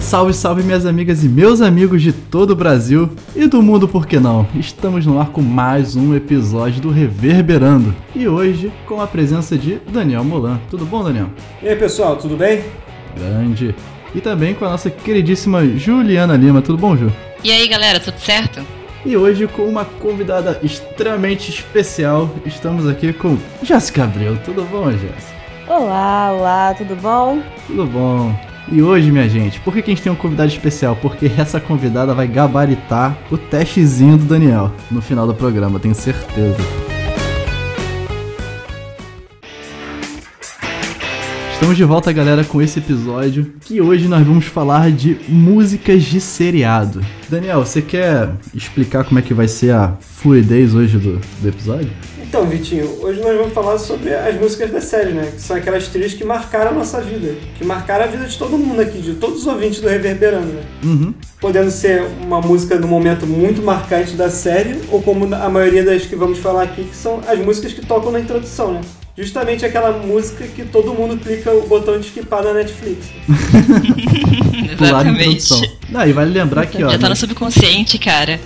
Salve, salve minhas amigas e meus amigos de todo o Brasil e do mundo, por que não? Estamos no ar com mais um episódio do Reverberando e hoje com a presença de Daniel Molan. Tudo bom, Daniel? E aí, pessoal, tudo bem? Grande. E também com a nossa queridíssima Juliana Lima. Tudo bom, Ju? E aí, galera, tudo certo? E hoje com uma convidada extremamente especial, estamos aqui com Jéssica Abreu. Tudo bom, Jéssica? Olá, olá, tudo bom? Tudo bom. E hoje, minha gente, por que, que a gente tem um convidado especial? Porque essa convidada vai gabaritar o testezinho do Daniel no final do programa, tenho certeza. Estamos de volta, galera, com esse episódio que hoje nós vamos falar de músicas de seriado. Daniel, você quer explicar como é que vai ser a fluidez hoje do, do episódio? Então, Vitinho, hoje nós vamos falar sobre as músicas da série, né? Que são aquelas trilhas que marcaram a nossa vida, que marcaram a vida de todo mundo aqui, de todos os ouvintes do Reverberando, né? Uhum. Podendo ser uma música no momento muito marcante da série, ou como a maioria das que vamos falar aqui, que são as músicas que tocam na introdução, né? Justamente aquela música que todo mundo clica o botão de skipar na Netflix. Pular a introdução. Não, e vale lembrar que, ó. Já tá né, no subconsciente, cara.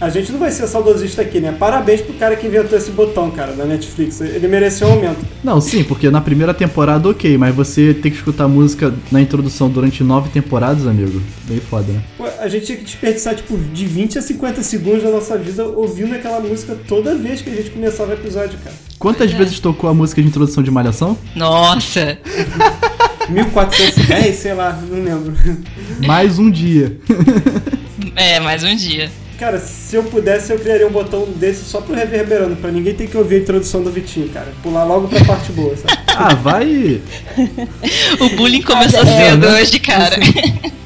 A gente não vai ser saudosista aqui, né? Parabéns pro cara que inventou esse botão, cara, da Netflix. Ele mereceu um aumento. Não, sim, porque na primeira temporada, ok, mas você tem que escutar música na introdução durante nove temporadas, amigo. Bem foda, né? Pô, a gente tinha que desperdiçar, tipo, de 20 a 50 segundos da nossa vida ouvindo aquela música toda vez que a gente começava o episódio, cara. Quantas é. vezes tocou a música de introdução de Malhação? Nossa! 1410, sei lá, não lembro. Mais um dia. É, mais um dia. Cara, se eu pudesse, eu criaria um botão desse só pro reverberando, pra ninguém ter que ouvir a introdução do Vitinho, cara. Pular logo pra parte boa, sabe? Ah, vai. O bullying começou cedo né? hoje, cara.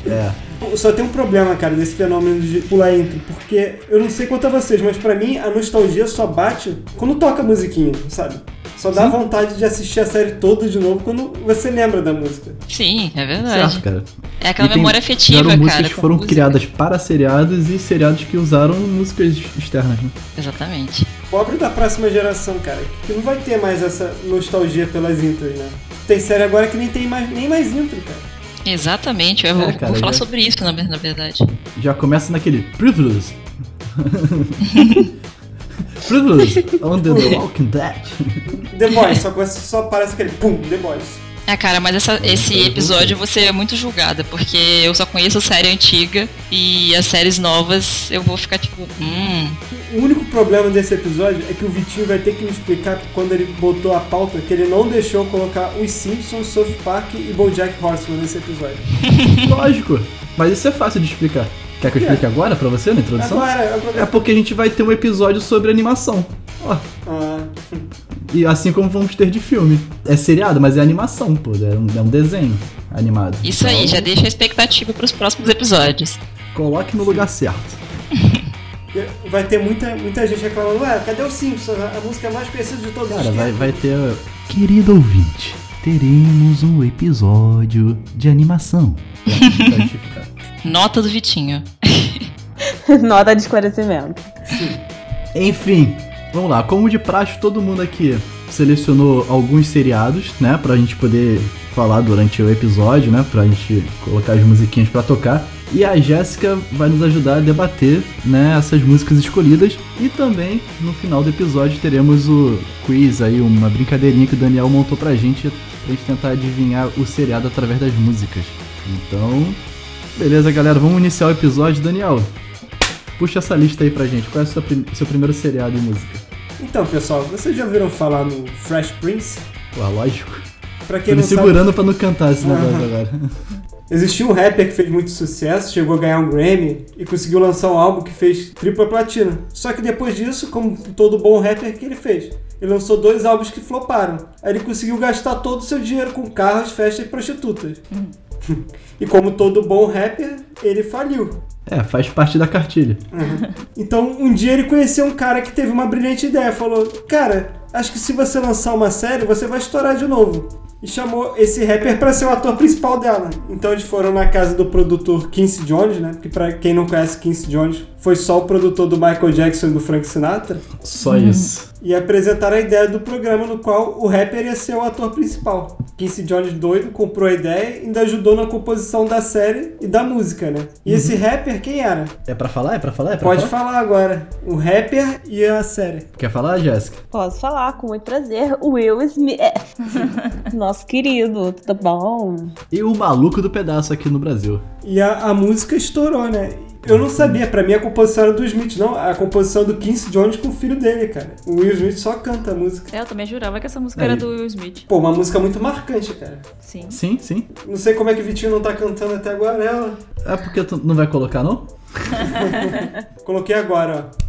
É. Só tem um problema, cara, desse fenômeno de pular intro, porque eu não sei quanto a vocês, mas pra mim a nostalgia só bate quando toca a musiquinha, sabe? Só dá vontade de assistir a série toda de novo quando você lembra da música. Sim, é verdade. Certo, cara. É aquela E tem- memória afetiva, Eram cara. músicas que com a foram música. criadas para seriados e seriados que usaram músicas externas. Né? Exatamente. Pobre da próxima geração, cara, que não vai ter mais essa nostalgia pelas intros, né? Tem série agora que nem tem mais, nem mais intro, cara. Exatamente. Eu vou, É, cara, vou falar já- sobre isso, na, na verdade. Já começa naquele Privilege. Privilege on the Walking Dead. The Boys, só, começa- só parece aquele pum, The Boys. É, cara, mas essa- esse episódio eu vou ser muito julgada, porque eu só conheço série antiga e as séries novas eu vou ficar tipo, hum, O único problema desse episódio é que o Vitinho vai ter que me explicar quando ele botou a pauta que ele não deixou colocar os Simpsons, South Park e BoJack Horseman nesse episódio. Lógico. Mas isso é fácil de explicar. Quer que eu explique agora pra você na introdução? Agora, agora... É porque a gente vai ter um episódio sobre animação. Ó, Ah, e assim como vamos ter de filme. É seriado, mas é animação, pô. É um, é um desenho animado. Então, isso aí, já deixa a expectativa pros próximos episódios. Coloque no lugar certo. vai ter muita, muita gente reclamando, ué, cadê os Simpsons? A a música é mais conhecida de todos Cara, os vai, tempos." vai ter. Querido ouvinte, teremos um episódio de animação. Nota do Vitinho. Nota de esclarecimento. Enfim, vamos lá. Como de praxe, todo mundo aqui selecionou alguns seriados, né? Pra gente poder falar durante o episódio, né? Pra gente colocar as musiquinhas pra tocar. E a Jéssica vai nos ajudar a debater, né? Essas músicas escolhidas. E também, no final do episódio, teremos o quiz aí, uma brincadeirinha que o Daniel montou pra gente, pra gente tentar adivinhar o seriado através das músicas. Então, beleza, galera. Vamos iniciar o episódio. Daniel, Puxa essa lista aí pra gente. Qual é o seu, prim- seu primeiro seriado em música? Então, pessoal, vocês já ouviram falar no Fresh Prince? Pô, lógico. Pra quem Tô me não segurando pra não cantar esse negócio Aham. agora. sabe, existia um rapper que fez muito sucesso, chegou a ganhar um Grammy e conseguiu lançar um álbum que fez tripla platina. Só que depois disso, como todo bom rapper que ele fez, ele lançou dois álbuns que floparam. Aí ele conseguiu gastar todo o seu dinheiro com carros, festas e prostitutas. e como todo bom rapper, ele faliu. É, faz parte da cartilha. Então, um dia ele conheceu um cara que teve uma brilhante ideia. Falou: Cara, acho que se você lançar uma série, você vai estourar de novo. E chamou esse rapper pra ser o ator principal dela. Então eles foram na casa do produtor Quincy Jones, né? Que pra quem não conhece Quincy Jones, foi só o produtor do Michael Jackson e do Frank Sinatra, Só Uhum. isso. e apresentaram a ideia do programa no qual o rapper ia ser o ator principal. Quincy Jones doido comprou a ideia e ainda ajudou na composição da série e da música, né? E esse rapper quem era? É pra falar? É pra falar? É pra Pode falar? falar agora. O rapper e a série. Quer falar, Jéssica? Posso falar, com muito prazer, Will Smith. Nosso querido, tudo bom? E o maluco do pedaço aqui no Brasil. E a, a música estourou, né? Eu não sabia, pra mim a composição era do Smith, não. A composição do Quincy Jones com o filho dele, cara. O Will Smith só canta a música. É, eu também jurava que essa música Aí. era do Will Smith. Pô, uma música muito marcante, cara. Sim. Sim, sim. Não sei como é que o Vitinho não tá cantando até agora né? ela. É porque tu não vai colocar, não? Coloquei agora, ó.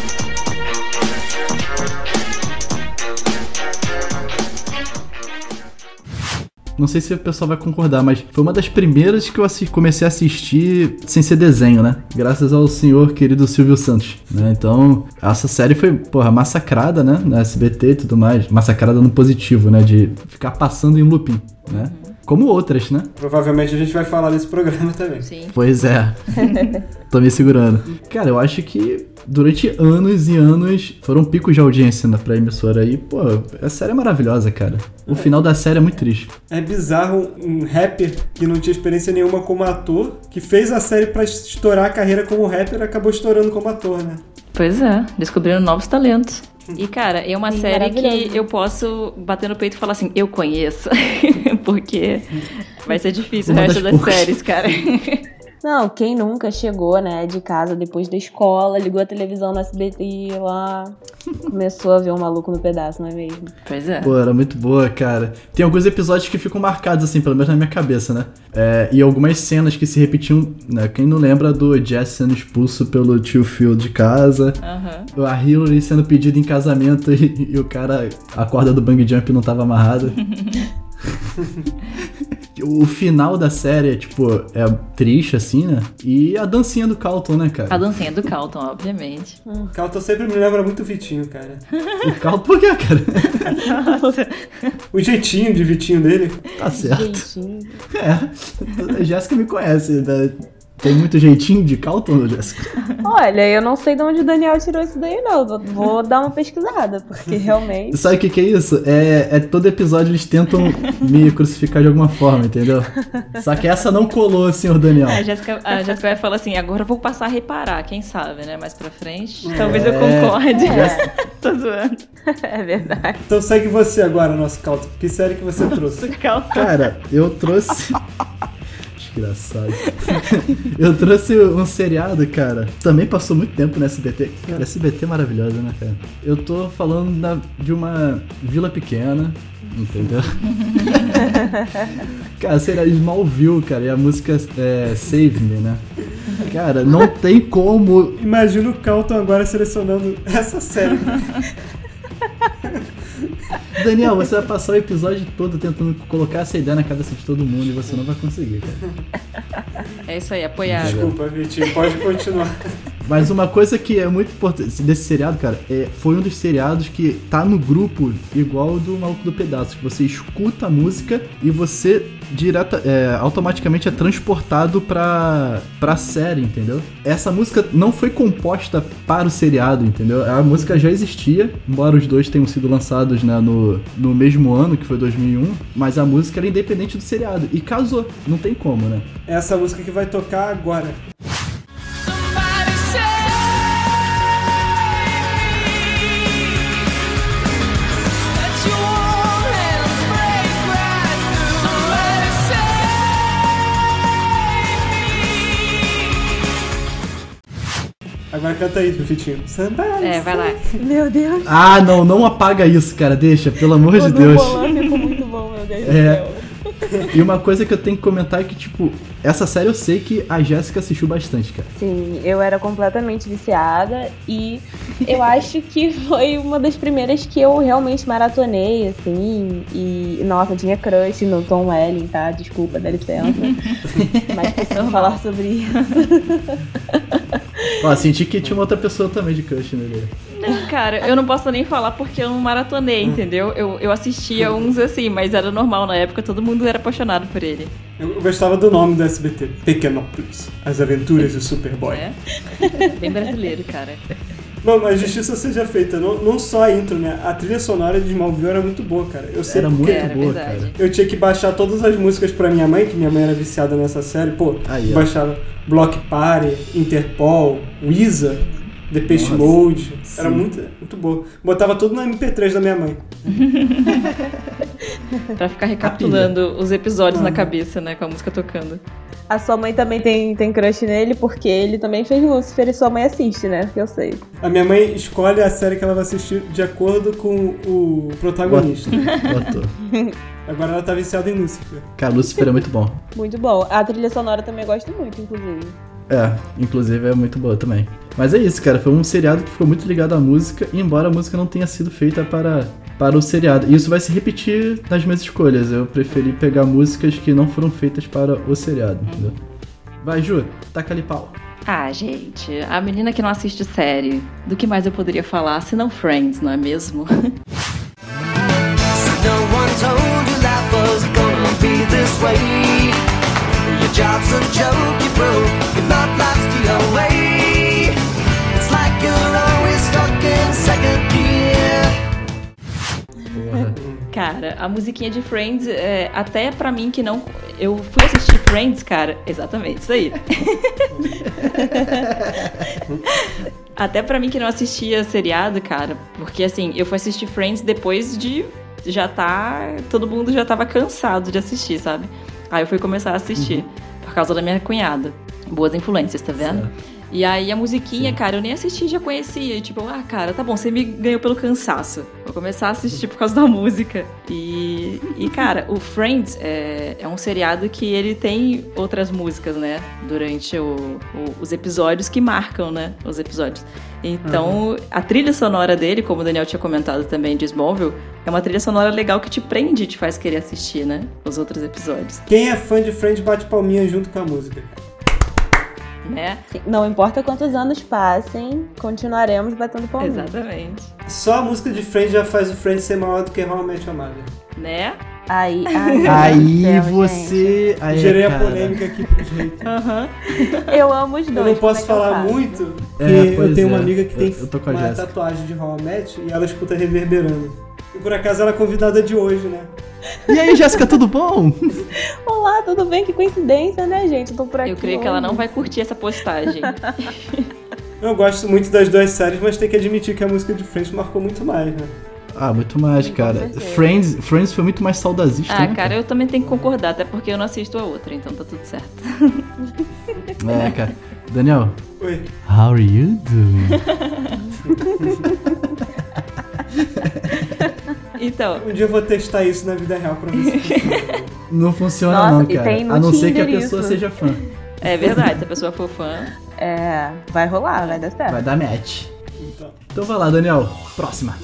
Não sei se o pessoal vai concordar, mas foi uma das primeiras que eu assi- comecei a assistir sem ser desenho, né? Graças ao senhor querido Silvio Santos, né? Então, essa série foi, porra, massacrada, né? Na SBT e tudo mais. Massacrada no positivo, né? De ficar passando em looping, né? Como outras, né? Provavelmente a gente vai falar desse programa também. Sim. Pois é. Tô me segurando. Cara, eu acho que durante anos e anos foram picos de audiência na- pra emissora e, pô, a série é maravilhosa, cara. O final da série é muito triste. É bizarro um rapper que não tinha experiência nenhuma como ator, que fez a série pra estourar a carreira como rapper e acabou estourando como ator, né? Pois é, descobriram novos talentos. E, cara, é uma Sim, série maravilhoso. que eu posso bater no peito e falar assim, eu conheço. Porque vai ser difícil Uma o resto das das, poucas. séries, cara. Não, quem nunca chegou, né, de casa depois da escola, ligou a televisão no SBT e lá começou a ver um maluco no pedaço, não é mesmo? Pois é. Pô, era muito boa, cara. Tem alguns episódios que ficam marcados, assim, pelo menos na minha cabeça, né? É, e algumas cenas que se repetiam, né? Quem não lembra do Jess sendo expulso pelo tio Phil de casa, Aham. a Hillary sendo pedida em casamento e, e o cara, a corda do bang jump não tava amarrada. o final da série, tipo, é triste, assim, né? E a dancinha do Carlton, né, A cara? dancinha do Calton, obviamente. Calton tá sempre me lembra muito o Vitinho, cara. O Carlton, por quê, cara? Nossa. O jeitinho de Vitinho dele. Tá certo. Jeitinho. É, a Jéssica me conhece, né? Tem muito jeitinho de Calton, né, Jéssica. Olha, eu não sei de onde o Daniel tirou isso daí, não. Vou- Vou dar uma pesquisada, porque realmente. Sabe o que, que é isso? É, é todo episódio eles tentam me crucificar de alguma forma, entendeu? Só que essa não colou, senhor Daniel. A Jéssica a Jéssica vai falar assim, agora eu vou passar a reparar, quem sabe, né? Mais pra frente. É. Talvez eu concorde. Jéssica- Tô zoando. É verdade. Então segue você agora, nosso Calton. Que série que você trouxe? Do Calton. Cara, eu trouxe. Desgraçado. Eu trouxe um seriado, cara. Também passou muito tempo na SBT. Cara, SBT é maravilhosa, né, cara? Eu tô falando da- de uma vila pequena, entendeu? cara, será Smallville, cara. E a música é Save Me, né? Cara, não tem como. Imagina o Calton agora selecionando essa série. Daniel, você vai passar o episódio todo tentando colocar essa ideia na cabeça de todo mundo e você não vai conseguir, cara. É isso aí, apoiado. Desculpa, Vitinho, pode continuar. Mas uma coisa que é muito importante desse seriado, cara, é, foi um dos seriados que tá no grupo igual o do Maluco do Pedaço, que você escuta a música e você direta, é, automaticamente é transportado pra, pra série, entendeu? Essa música não foi composta para o seriado, entendeu? A música já existia, embora os dois tenham sido lançados né, no, no mesmo ano, que foi 2001, mas a música era independente do seriado. E casou, não tem como, né? É essa música que vai tocar agora. Agora canta aí, Vitinho. Somebody É, vai lá. Meu Deus. Ah, não, não apaga isso, cara, deixa, pelo amor de Todo Deus. bolão ficou muito bom, meu Deus do É. céu. E uma coisa que eu tenho que comentar é que, tipo, essa série eu sei que a Jéssica assistiu bastante, cara. Sim, eu era completamente viciada e eu acho que foi uma das primeiras que eu realmente maratonei, assim. E, nossa, eu tinha crush no Tom Welling, tá? Desculpa, dá licença. Mas preciso falar sobre isso. Ó, senti que tinha uma outra pessoa também de crush nele. Não, cara, eu não posso nem falar porque eu não maratonei, entendeu? Eu, eu assistia uns assim, mas era normal na época, todo mundo era apaixonado por ele. Eu gostava do nome do SBT, Pequenópolis, As Aventuras do Superboy. É. Bem brasileiro, cara. Bom, mas justiça seja feita, não, não só a intro, né? A trilha sonora de Smallville era muito boa, cara. Eu sei Era porque muito Era, boa, verdade. cara. Eu tinha que baixar todas as músicas pra minha mãe, que minha mãe era viciada nessa série. Pô, Aí, ó. baixava Block Party, Interpol, Weezer, Depeche Nossa, Mode. Era sim. muito, muito boa. Botava tudo no MP3 da minha mãe. Pra ficar recapitulando os episódios na cabeça, né? Com a música tocando. A sua mãe também tem, tem crush nele, porque ele também fez Lucifer e sua mãe assiste, né? Que eu sei. A minha mãe escolhe a série que ela vai assistir de acordo com o protagonista. Botou. Agora ela tá viciada em Lucifer. Cara, Lucifer é muito bom. Muito bom. A trilha sonora também eu gosto muito, inclusive. É, inclusive é muito boa também. Mas é isso, cara. Foi um seriado que ficou muito ligado à música, e embora a música não tenha sido feita para, para o seriado. E isso vai se repetir nas minhas escolhas. Eu preferi pegar músicas que não foram feitas para o seriado, entendeu? Vai, Ju, taca ali pau. Ah, gente, a menina que não assiste série, do que mais eu poderia falar se não Friends, não é mesmo? No one told you life was gonna be this way. Your job's a joke, you broke, your love life's the away. It's like you're always stuck in second gear. Porra. Cara, a musiquinha de Friends, é, até pra mim que não. Eu fui assistir Friends, cara. Exatamente, isso aí. até pra mim que não assistia seriado, cara. Porque assim, eu fui assistir Friends depois de. Já tá. Todo mundo já tava cansado de assistir, sabe? Aí eu fui começar a assistir. Por causa da minha cunhada. Boas influências, tá vendo? E aí a musiquinha, cara, eu nem assisti, já conhecia. E tipo, ah, cara, tá bom, você me ganhou pelo cansaço. Vou começar a assistir por causa da música. E, e cara, o Friends é, é um seriado que ele tem outras músicas, né? Durante o- o- os episódios que marcam, né? Os episódios. Então, a trilha sonora dele, como o Daniel tinha comentado também de Smallville, é uma trilha sonora legal que te prende, e te faz querer assistir, né? Os outros episódios, Quem é fã de Friends bate palminha junto com a música. né? Não importa quantos anos passem, continuaremos batendo palminha. Exatamente. Só a música de Friends já faz o Friends ser maior do que How I Met Your Mother. Né? Aí, ai, meu Aí Deus do céu, gente. você. Aí, Gerei a cara. polêmica aqui pros haters. Aham. Eu amo os dois. Eu não como posso é que eu falar faço? muito, porque É, pois eu tenho uma é. amiga que Eu- tem eu tô com a uma Jéssica. tatuagem de How I Met e ela escuta reverberando. E por acaso ela é convidada de hoje, né? E aí, Jéssica, tudo bom? Olá, tudo bem? Que coincidência, né, gente? Eu tô por aqui. Eu creio que hoje. ela não vai curtir essa postagem. Eu gosto muito das duas séries, mas tem que admitir que a música de Friends marcou muito mais, né? Ah, muito mais, cara. certeza. Friends, Friends foi muito mais saudazista. ah, né, cara, eu também tenho que concordar, até porque eu não assisto a outra, então tá tudo certo. É, cara. Daniel, Oi. how are you doing? Então, Um dia eu vou testar isso na vida real pra ver se funciona. Não funciona, Nossa, não, e cara. tem no a não ser que a Tinder pessoa isso. seja fã. é verdade, se a pessoa for fã. É, vai rolar, vai dar certo. Vai dar match. Então, Então vai lá, Daniel. Próxima.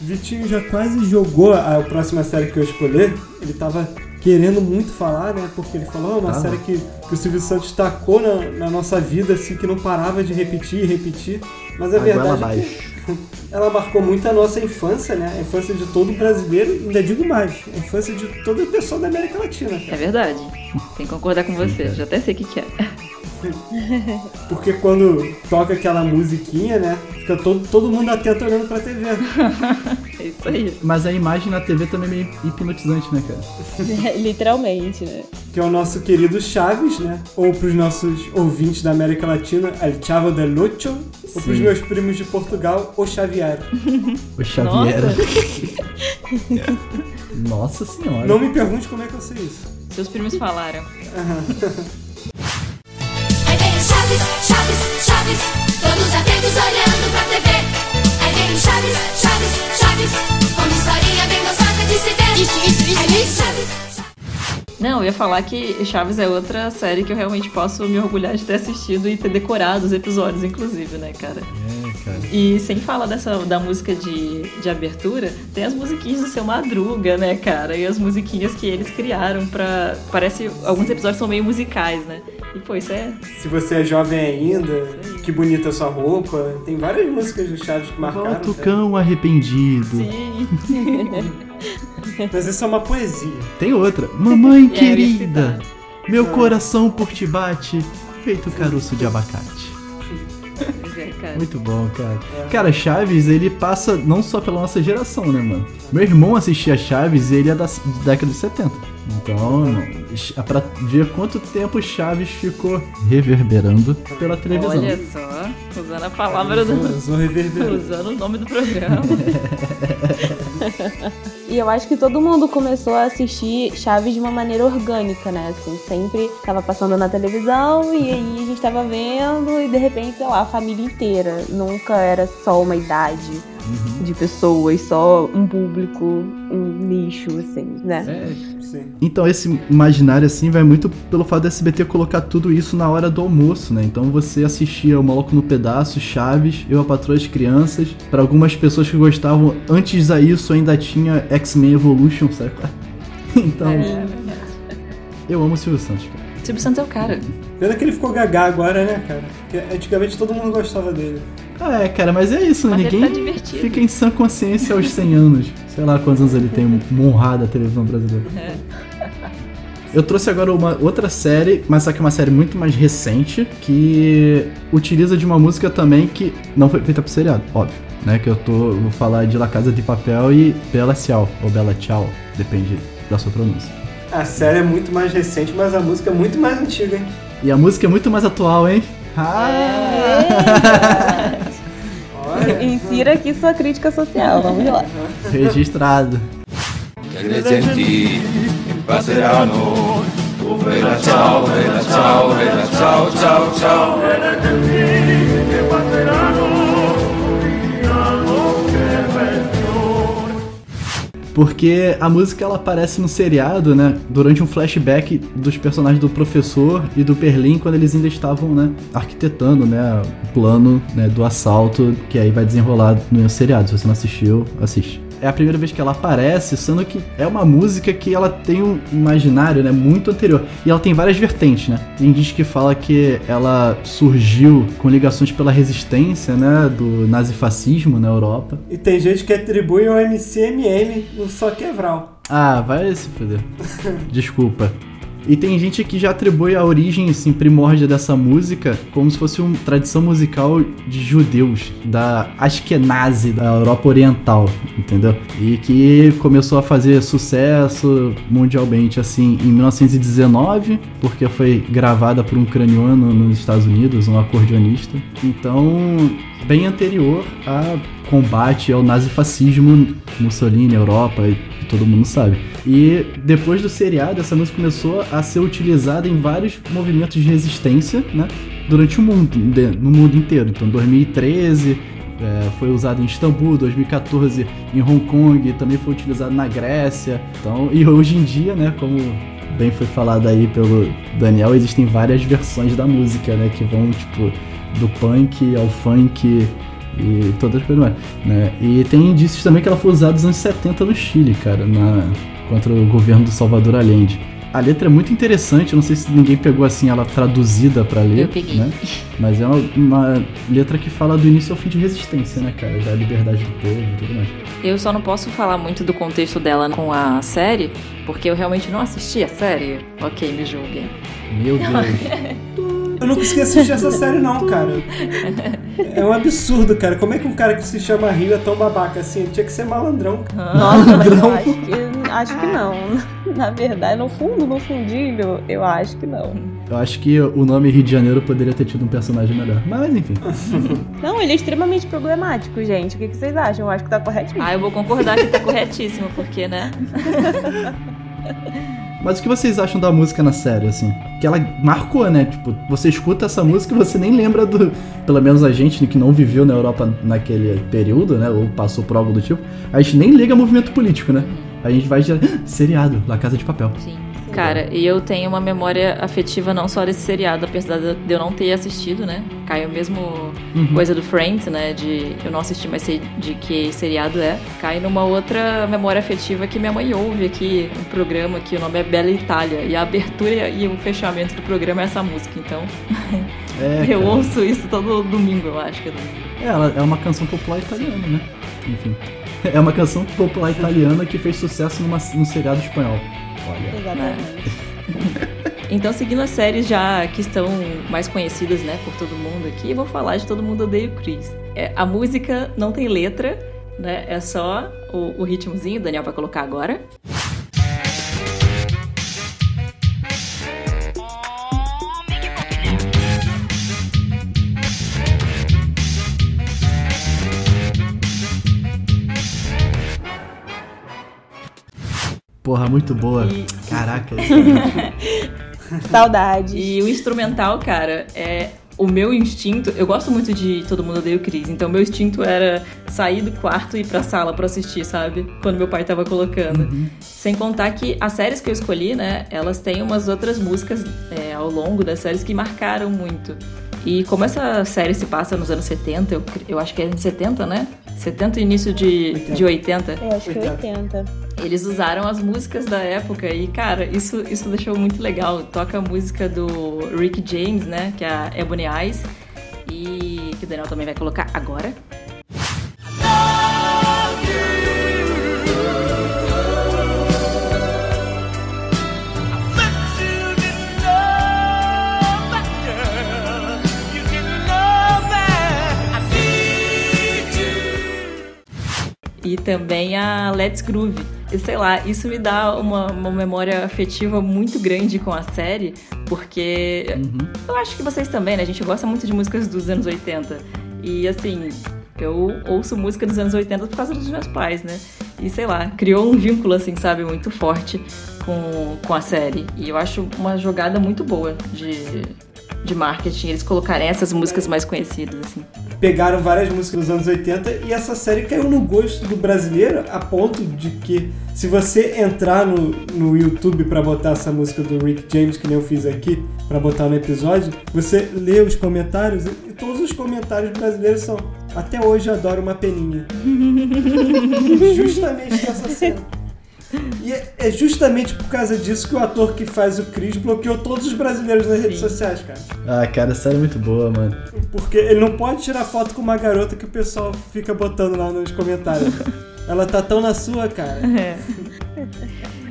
Vitinho já quase jogou a próxima série que eu escolher. Ele tava querendo muito falar, né? Porque ele falou, "Ah, uma Tava. série que, que o Silvio Santos tacou na, na nossa vida, assim, que não parava de repetir e repetir. Mas a Agora verdade é que abaixo. ela marcou muito a nossa infância, né? A infância de todo brasileiro, e ainda digo mais, a infância de toda pessoa da América Latina, cara. É verdade. Tem que concordar com você, já até sei o que, que é. Porque quando toca aquela musiquinha, né? Fica todo, todo mundo atento olhando pra TV. É isso aí. Mas a imagem na TV também é meio hipnotizante, né, cara? Literalmente, né? Que é o nosso querido Chaves, né? Ou pros nossos ouvintes da América Latina, El Chavo del Ocho. Ou pros Sim. meus primos de Portugal, O Xavier. O Xavier. Nossa senhora. Não me pergunte como é que eu sei isso. Seus primos falaram. Aí vem o Chaves, Chaves, Chaves, todos atentos olhando pra TV. Aí vem o Chaves, Chaves, Chaves, com uma historinha bem gostosa de se ver. Isso, isso, isso, Aí vem o Chaves. Não, eu ia falar que Chaves é outra série que eu realmente posso me orgulhar de ter assistido e ter decorado os episódios, inclusive, né, cara? É, cara. E sem falar dessa da música de, de abertura, tem as musiquinhas do seu Madruga, né, cara? E as musiquinhas que eles criaram pra. Parece. Alguns episódios são meio musicais, né? E pô, isso é. Se você é jovem ainda, Que bonita sua roupa. Tem várias músicas do Chaves que marcaram. Volta o né? cão arrependido. Sim. Mas isso é uma poesia. Tem outra. Mamãe É, eu ia querida, meu coração por ti bate, feito caroço de abacate. Pois é, cara. Muito bom, cara. Cara, Chaves, ele passa não só pela nossa geração, né, mano? Meu irmão assistia Chaves e ele é da s- década de 70. Então, mano, é pra ver quanto tempo Chaves ficou reverberando pela televisão. Olha só, usando a palavra do. Usou reverberando. Usando o nome do programa. E eu acho que todo mundo começou a assistir Chaves de uma maneira orgânica, né? Assim, sempre tava passando na televisão e aí a gente tava vendo e de repente, sei lá, a família inteira. Nunca era só uma idade Uhum. de pessoas, só um público, um nicho, assim, né? É, Sim. Então esse imaginário assim vai muito pelo fato do SBT colocar tudo isso na hora do almoço, né? Então você assistia o Maluco no Pedaço, Chaves, Eu a Patroa e as Crianças. Pra algumas pessoas que gostavam antes a isso ainda tinha X-Men Evolution, sabe? qual é? Então eu amo o Silvio Santos, cara. Silvio Santos é o cara. Pena que ele ficou gagá agora, né, cara? Porque antigamente todo mundo gostava dele. Ah, é, cara, mas é isso, né? Mas ele Ninguém tá divertido. fica em sã consciência aos 100 anos. Sei lá quantos anos ele tem monrado a televisão brasileira. É. Eu trouxe agora uma outra série, mas só que é uma série muito mais recente, que utiliza de uma música também que não foi feita pro seriado, óbvio. Né, que eu tô. Vou falar de La Casa de Papel e Bela Ciao, ou Bela Ciao, depende da sua pronúncia. A série é muito mais recente, mas a música é muito mais antiga, hein? E a música é muito mais atual, hein? É. Ah! Olha. Insira aqui sua crítica social, vamos lá. Registrado. Porque a música ela aparece no seriado, né? Durante um flashback dos personagens do professor e do Perlin quando eles ainda estavam, né? Arquitetando, né? O plano né, do assalto que aí vai desenrolar no seriado. Se você não assistiu, assiste. É a primeira vez que ela aparece, sendo que é uma música que ela tem um imaginário, né, muito anterior. E ela tem várias vertentes, né? Tem gente que fala que ela surgiu com ligações pela resistência, né, do nazifascismo na Europa. E tem gente que atribui ao MCMM no Só Quebral. Ah, vai se fuder. Desculpa. E tem gente que já atribui a origem, assim, primórdia dessa música como se fosse uma tradição musical de judeus, da Ashkenazi, da Europa Oriental, entendeu? E que começou a fazer sucesso mundialmente, assim, em 1919, porque foi gravada por um craniano nos Estados Unidos, um acordeonista. Então, bem anterior a combate ao nazifascismo, Mussolini, Europa e todo mundo sabe. E depois do seriado, essa música começou a ser utilizada em vários movimentos de resistência, né? Durante o mundo, de- no mundo inteiro. Então, 2013 é, foi usada em Istambul, 2014 em Hong Kong, também foi utilizado na Grécia. Então, e hoje em dia, né, como bem foi falado aí pelo Daniel, existem várias versões da música, né, que vão tipo do punk ao funk e todas as coisas mais, né? E tem indícios também que ela foi usada nos anos 70 no Chile, cara, na, contra o governo do Salvador Allende. A letra é muito interessante, eu não sei se ninguém pegou assim ela traduzida pra ler, Eu peguei. né? Mas é uma, uma letra que fala do início ao fim de resistência, né, cara? Da liberdade do povo e tudo mais. Eu só não posso falar muito do contexto dela com a série, porque eu realmente não assisti a série. Ok, me julguem. Meu Deus. Eu nunca consegui assistir essa série, não, cara. É um absurdo, cara. Como é que um cara que se chama Rio é tão babaca assim? Ele tinha que ser malandrão, cara. Nossa, mas eu acho que, acho que não. Na verdade, no fundo, no fundinho, eu acho que não. Eu acho que o nome Rio de Janeiro poderia ter tido um personagem melhor. Mas enfim. Não, ele é extremamente problemático, gente. O que, que vocês acham? Eu acho que tá corretinho. Ah, eu vou concordar que tá corretíssimo, porque, né? Mas o que vocês acham da música na série, assim? Que ela marcou, né? Tipo, você escuta essa música e você nem lembra do. Pelo menos a gente que não viveu na Europa naquele período, né? Ou passou por algo do tipo. A gente nem liga movimento político, né? A gente vai de seriado, La Casa de Papel. Sim. Cara, e eu tenho uma memória afetiva não só desse seriado, apesar de eu não ter assistido, né? Caiu mesmo Uhum. coisa do Friends, né? De eu não assisti, mas sei de que seriado é. Cai numa outra memória afetiva que minha mãe ouve aqui no programa, que o nome é Bela Itália. E a abertura e o fechamento do programa é essa música, então. É, eu cara. ouço isso todo domingo, eu acho que é domingo. É, ela é uma canção popular italiana, né? Enfim. É uma canção popular italiana que fez sucesso numa, num seriado espanhol. Olha. Exatamente. Então, seguindo as séries já que estão mais conhecidas, né, por todo mundo aqui, eu vou falar de Todo Mundo Odeia o Chris. É, a música não tem letra, né, é só o, o ritmozinho, o Daniel vai colocar agora. Porra, muito boa. E- Caraca. Saudades. E o instrumental, cara, é o meu instinto. Eu gosto muito de Todo Mundo Odeia o Chris, então meu instinto era sair do quarto e ir pra sala pra assistir, sabe? Quando meu pai tava colocando. Sem contar que as séries que eu escolhi, né, elas têm umas outras músicas é, ao longo das séries que marcaram muito. E como essa série se passa nos anos 70, eu, eu acho que é anos 70, né? 70 e início de 80. de 80 Eu É, acho que 80. eles usaram as músicas da época e, cara, isso, isso deixou muito legal. Toca a música do Rick James, né? Que é a Ebony Eyes. E que o Daniel também vai colocar agora. E também a Let's Groove. E sei lá, isso me dá uma, uma memória afetiva muito grande com a série, porque Uhum. eu acho que vocês também, né? A gente gosta muito de músicas dos anos 80. E assim, eu ouço música dos anos 80 por causa dos meus pais, né? E sei lá, criou um vínculo, assim, sabe, muito forte com, com a série. E eu acho uma jogada muito boa de, de marketing, eles colocarem essas músicas mais conhecidas, assim. pegaram várias músicas dos anos 80 e essa série caiu no gosto do brasileiro a ponto de que se você entrar no, no YouTube pra botar essa música do Rick James, que nem eu fiz aqui, pra botar no episódio, você lê os comentários e e todos os comentários brasileiros são até hoje eu adoro uma peninha. Justamente essa cena. E é é justamente por causa disso que o ator que faz o Chris bloqueou todos os brasileiros nas redes sociais, cara. Ah, cara, sério, muito boa, mano. Porque ele não pode tirar foto com uma garota que o pessoal fica botando lá nos comentários. Ela tá tão na sua, cara.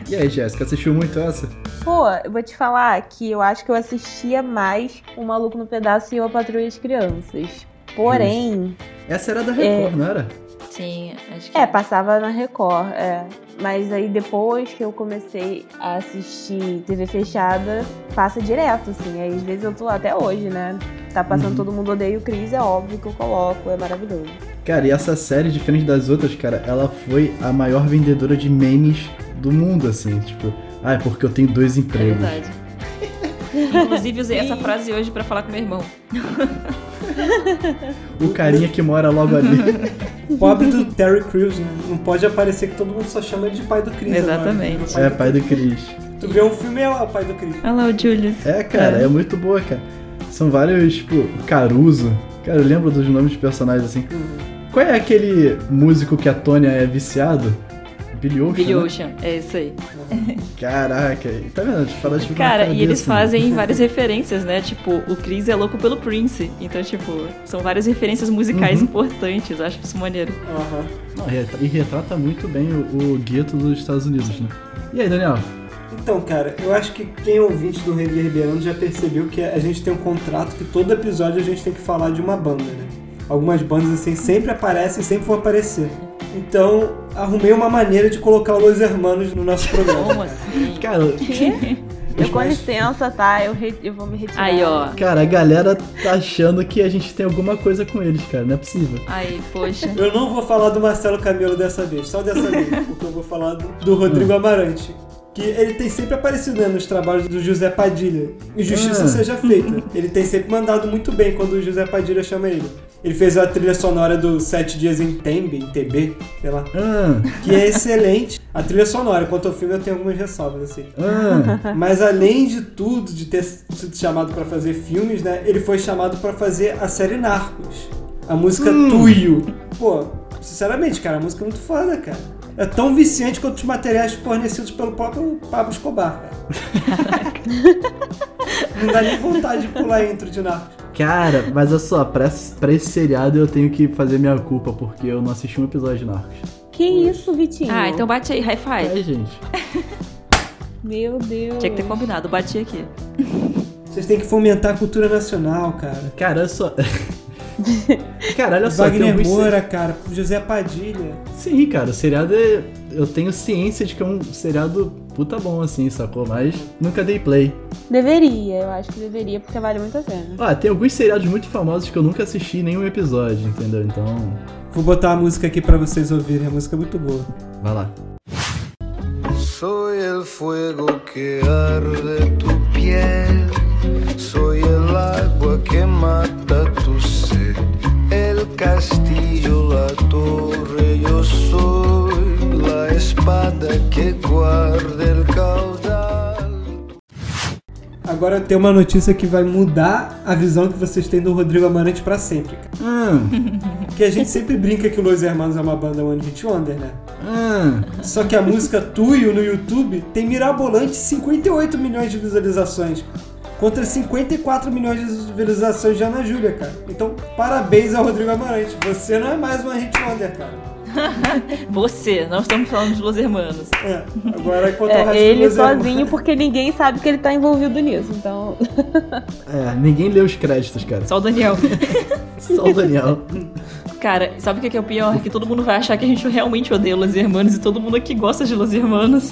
E aí, Jéssica, assistiu muito essa? Pô, eu vou te falar que eu acho que eu assistia mais O Maluco no Pedaço e o A Patrulha das Crianças. Porém, Essa era da É. Record, não era? Sim, acho que. é, passava na Record, é. Mas aí depois que eu comecei a assistir TV fechada, passa direto, assim. Aí às vezes eu tô lá até hoje, né? Tá passando todo mundo odeia o Cris, é óbvio que eu coloco, é maravilhoso. Cara, e essa série, diferente das outras, cara, ela foi a maior vendedora de memes do mundo, assim. Tipo, ah, é porque eu tenho dois É empregos. verdade. Inclusive, usei essa frase hoje pra falar com meu irmão. o carinha que mora logo ali. Pobre do Terry Crews, né? Não pode aparecer que todo mundo só chama ele de pai do Chris. agora. Exatamente. é, pai do Cris. Tu vê um filme e é lá o pai do Chris. Olha lá o Julius. É, cara, é. muito boa, cara. São vários, tipo, Caruso. Cara, eu lembro dos nomes de personagens assim. Uhum. Qual é aquele músico que a Tônia é viciado? Billy Ocean. Billy né? Ocean, é isso aí. Caraca, tá vendo? Te falar, tipo, Cara, na e eles cabeça, né? fazem várias referências, né? Tipo, o Chris é louco pelo Prince. Então, tipo, são várias referências musicais Uhum. importantes. Acho isso maneiro. Aham. Não, retra- e retrata muito bem o, o gueto dos Estados Unidos, né? E aí, Daniel? Então, cara, eu acho que quem é ouvinte do Reverberando já percebeu que a gente tem um contrato que todo episódio a gente tem que falar de uma banda, né? Algumas bandas assim sempre aparecem e sempre vão aparecer. Então, arrumei uma maneira de colocar o Los Hermanos no nosso programa. Como cara. assim? Cara, Eu com mais- licença, tá? Eu, re- eu vou me retirar. Aí, ó. cara, a galera tá achando que a gente tem alguma coisa com eles, cara. Não é possível. Aí, poxa. Eu não vou falar do Marcelo Camelo dessa vez, só dessa vez, porque eu vou falar do, do Rodrigo Amarante. Que ele tem sempre aparecido né, nos trabalhos do José Padilha. Injustiça Ah. seja feita. Ele tem sempre mandado muito bem quando o José Padilha chama ele. Ele fez a trilha sonora do Sete Dias em Tembe, em TB, sei lá, Ah, que é excelente. A trilha sonora, quanto ao filme, eu tenho algumas ressalvas, assim. ah. Mas além de tudo, de ter sido chamado pra fazer filmes, né? Ele foi chamado pra fazer a série Narcos. A música Hum. Tuyo. Pô, sinceramente, cara, a música é muito foda, cara. É tão viciante quanto os materiais fornecidos pelo próprio Pablo Escobar, cara. Não dá nem vontade de pular intro de Narcos. Cara, mas olha só, pra, pra esse seriado eu tenho que fazer minha culpa, porque eu não assisti um episódio de Narcos. Que isso, Vitinho? Ah, então bate aí, high five. É, gente. Meu Deus. Tinha que ter combinado, bati aqui. Vocês têm que fomentar a cultura nacional, cara. Cara, olha só. cara, olha só. tem um Wagner alguns se- Moura, cara. José Padilha. Sim, cara, o seriado é. Eu tenho ciência de que é um seriado puta bom, assim, sacou? Mas nunca dei play. Deveria, eu acho que deveria, porque vale muito a pena. Ah, tem alguns seriados muito famosos que eu nunca assisti nenhum episódio, entendeu? Então, Vou botar a música aqui pra vocês ouvirem. A música é muito boa. vai lá. Soy el fuego que arde tu piel, soy el agua que mata tu sed, el castillo, la torre, yo soy la espada que guarda el caudal. Agora tem uma notícia que vai mudar a visão que vocês têm do Rodrigo Amarante pra sempre, cara. Hum, Porque a gente sempre brinca que o Los Hermanos é uma banda One Hit Wonder, né? hum. Só que a música Tuyo no YouTube tem mirabolante 58 milhões de visualizações. Contra 54 milhões de visualizações já na Júlia, cara. Então, parabéns ao Rodrigo Amarante. Você não é mais uma hit wonder, cara. Você, nós estamos falando de Los Hermanos. É, agora quanto ao É, resto ele dos irmãos- sozinho, porque ninguém sabe que ele tá envolvido nisso. Então, É, ninguém leu os créditos, cara. Só o Daniel. Só o Daniel. Cara, sabe o que que é o pior? Que todo mundo vai achar que a gente realmente odeia Los Hermanos e todo mundo aqui gosta de Los Hermanos.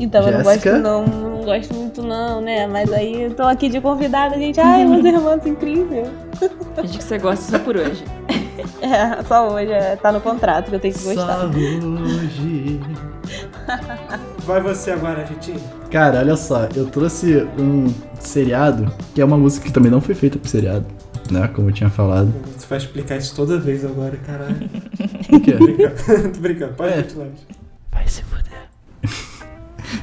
então eu não gosto, Jéssica? não, não gosto muito, não, né? Mas aí eu tô aqui de convidada, gente. Ai, meus irmãos, incrível. A gente que você gosta só por hoje. É, só hoje, é, tá no contrato que eu tenho que gostar. Só hoje. Vai você agora, Vitinho. Cara, olha só, eu trouxe um seriado, que é uma música que também não foi feita pro seriado, né? Como eu tinha falado. Você vai explicar isso toda vez agora, caralho. O quê? Brincando, Tô brincando, pode É. continuar.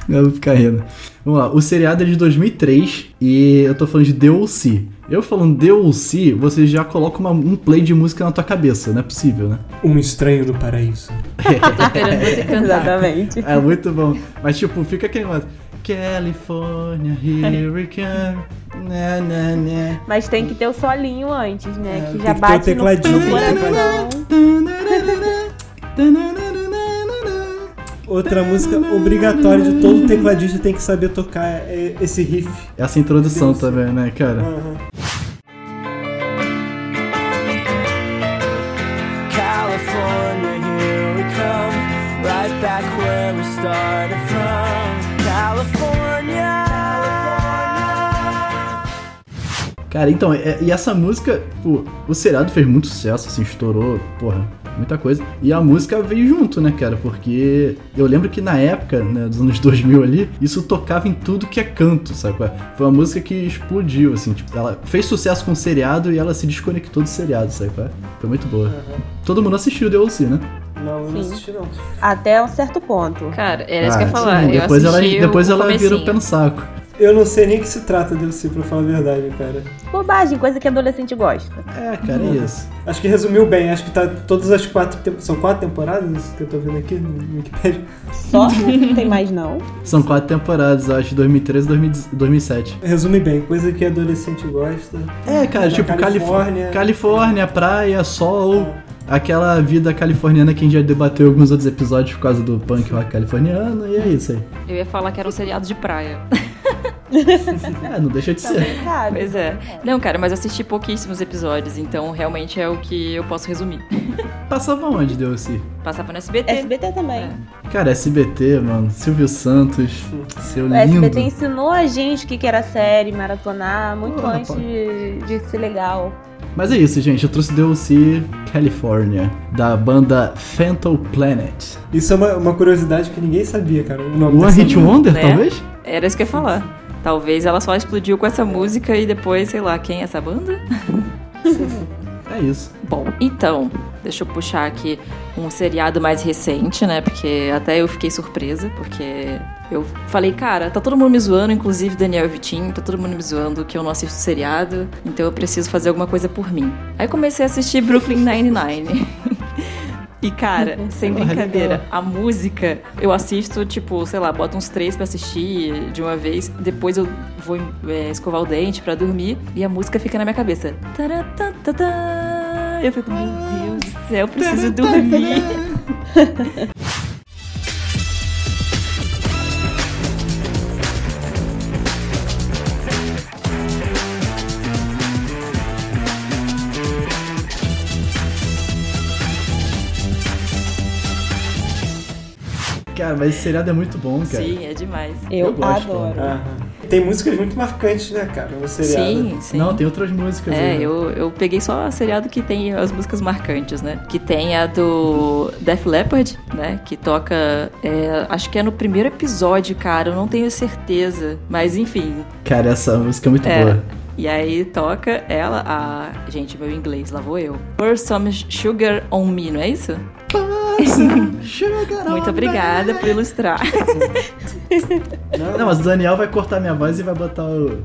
Eu vou ficar rindo. Vamos lá, o seriado é de 2003 e eu tô falando de DLC. Eu falando DLC, você já coloca uma- um play de música na tua cabeça, não é possível, né? Um estranho no paraíso. Tô esperando você cantar. Exatamente. É muito bom. Mas tipo, fica aquele negócio. California, here we come. Na, na, na. Mas tem que ter o solinho antes, né? É, que tem que já ter o bate tecladinho, no tem que ter o tecladinho. coração. Outra música obrigatória de todo tecladista tem que saber tocar é esse riff. Essa introdução também, né, cara? Aham. California, here we come, right back where we started from. California. Cara, então, é- e essa música, pô, o seriado fez muito sucesso, assim, estourou, porra, muita coisa. E a música veio junto, né, cara? Porque eu lembro que na época, né, dos anos 2000 ali, isso tocava em tudo que é canto, sabe? qual é? Foi uma música que explodiu, assim, tipo, ela fez sucesso com o seriado e ela se desconectou do seriado, sabe? qual é? Foi muito boa. Todo mundo assistiu The OC, né? Não, eu não Sim. assisti não. Até um certo ponto. Cara, era isso que eu Ah, ia falar. sim, Eu depois ela, assisti depois o ela vira o pé comecinho. no saco. Eu não sei nem o que se trata DLC, pra falar a verdade, cara. Bobagem, coisa que adolescente gosta. É, cara, é isso. Acho que resumiu bem, acho que tá todas as quatro. tem- São quatro temporadas que eu tô vendo aqui no Wikipedia. Só não tem mais, não. São quatro temporadas, eu acho, 2013 e 2007. Resume bem, coisa que adolescente gosta. É, cara, tipo, Califórnia. Califórnia. Califórnia, praia, sol. É. Aquela vida californiana que a gente já debateu em alguns outros episódios por causa do punk rock californiano, e é isso aí. Eu ia falar que era um seriado de praia. É, não deixa de ser. Sabe? Pois é. Não, cara, mas eu assisti pouquíssimos episódios, então realmente é o que eu posso resumir. Passava onde, Delci? Passava no SBT. SBT também. Cara, SBT, mano, Silvio Santos, seu O É, lindo. SBT ensinou a gente o que que era série, maratonar, muito Porra, antes rapaz. de, de ser legal. Mas é isso, gente, eu trouxe Delci California, da banda Phantom Planet. Isso é uma, uma curiosidade que ninguém sabia, cara. O nome One dessa Hit banda. Wonder, né? talvez? Era isso que eu ia falar. Talvez ela só explodiu com essa música e depois, sei lá, quem é essa banda? É isso. Bom, então, deixa eu puxar aqui um seriado mais recente, né? Porque até eu fiquei surpresa, porque eu falei, cara, tá todo mundo me zoando, inclusive Daniel e Vitinho, tá todo mundo me zoando que eu não assisto seriado, então eu preciso fazer alguma coisa por mim. Aí comecei a assistir Brooklyn Nine-Nine. E, cara, sem Porra, brincadeira, Uhum. legal. a música, eu assisto, tipo, sei lá, boto uns três pra assistir de uma vez, depois eu vou é, escovar o dente pra dormir e a música fica na minha cabeça. Taratatata. Eu fico, meu Deus do céu, eu preciso dormir. Cara, mas esse seriado é muito bom, cara. Sim, é demais. Eu, Eu gosto, né? adoro. Aham. Tem músicas muito marcantes, né, cara? No seriado. Sim, sim. Não, tem outras músicas aí. né? É, eu, eu peguei só a seriado que tem as músicas marcantes, né? Que tem a do Def Leppard, né? Que toca. é, acho que é no primeiro episódio, cara. Eu não tenho certeza. Mas enfim. Cara, essa música é muito É. boa. E aí toca ela, a. Gente, meu inglês, lá vou eu. Pour some sugar on me, não é isso? Sugar Muito on obrigada me. por ilustrar. Não, mas o Daniel vai cortar minha voz e vai botar o.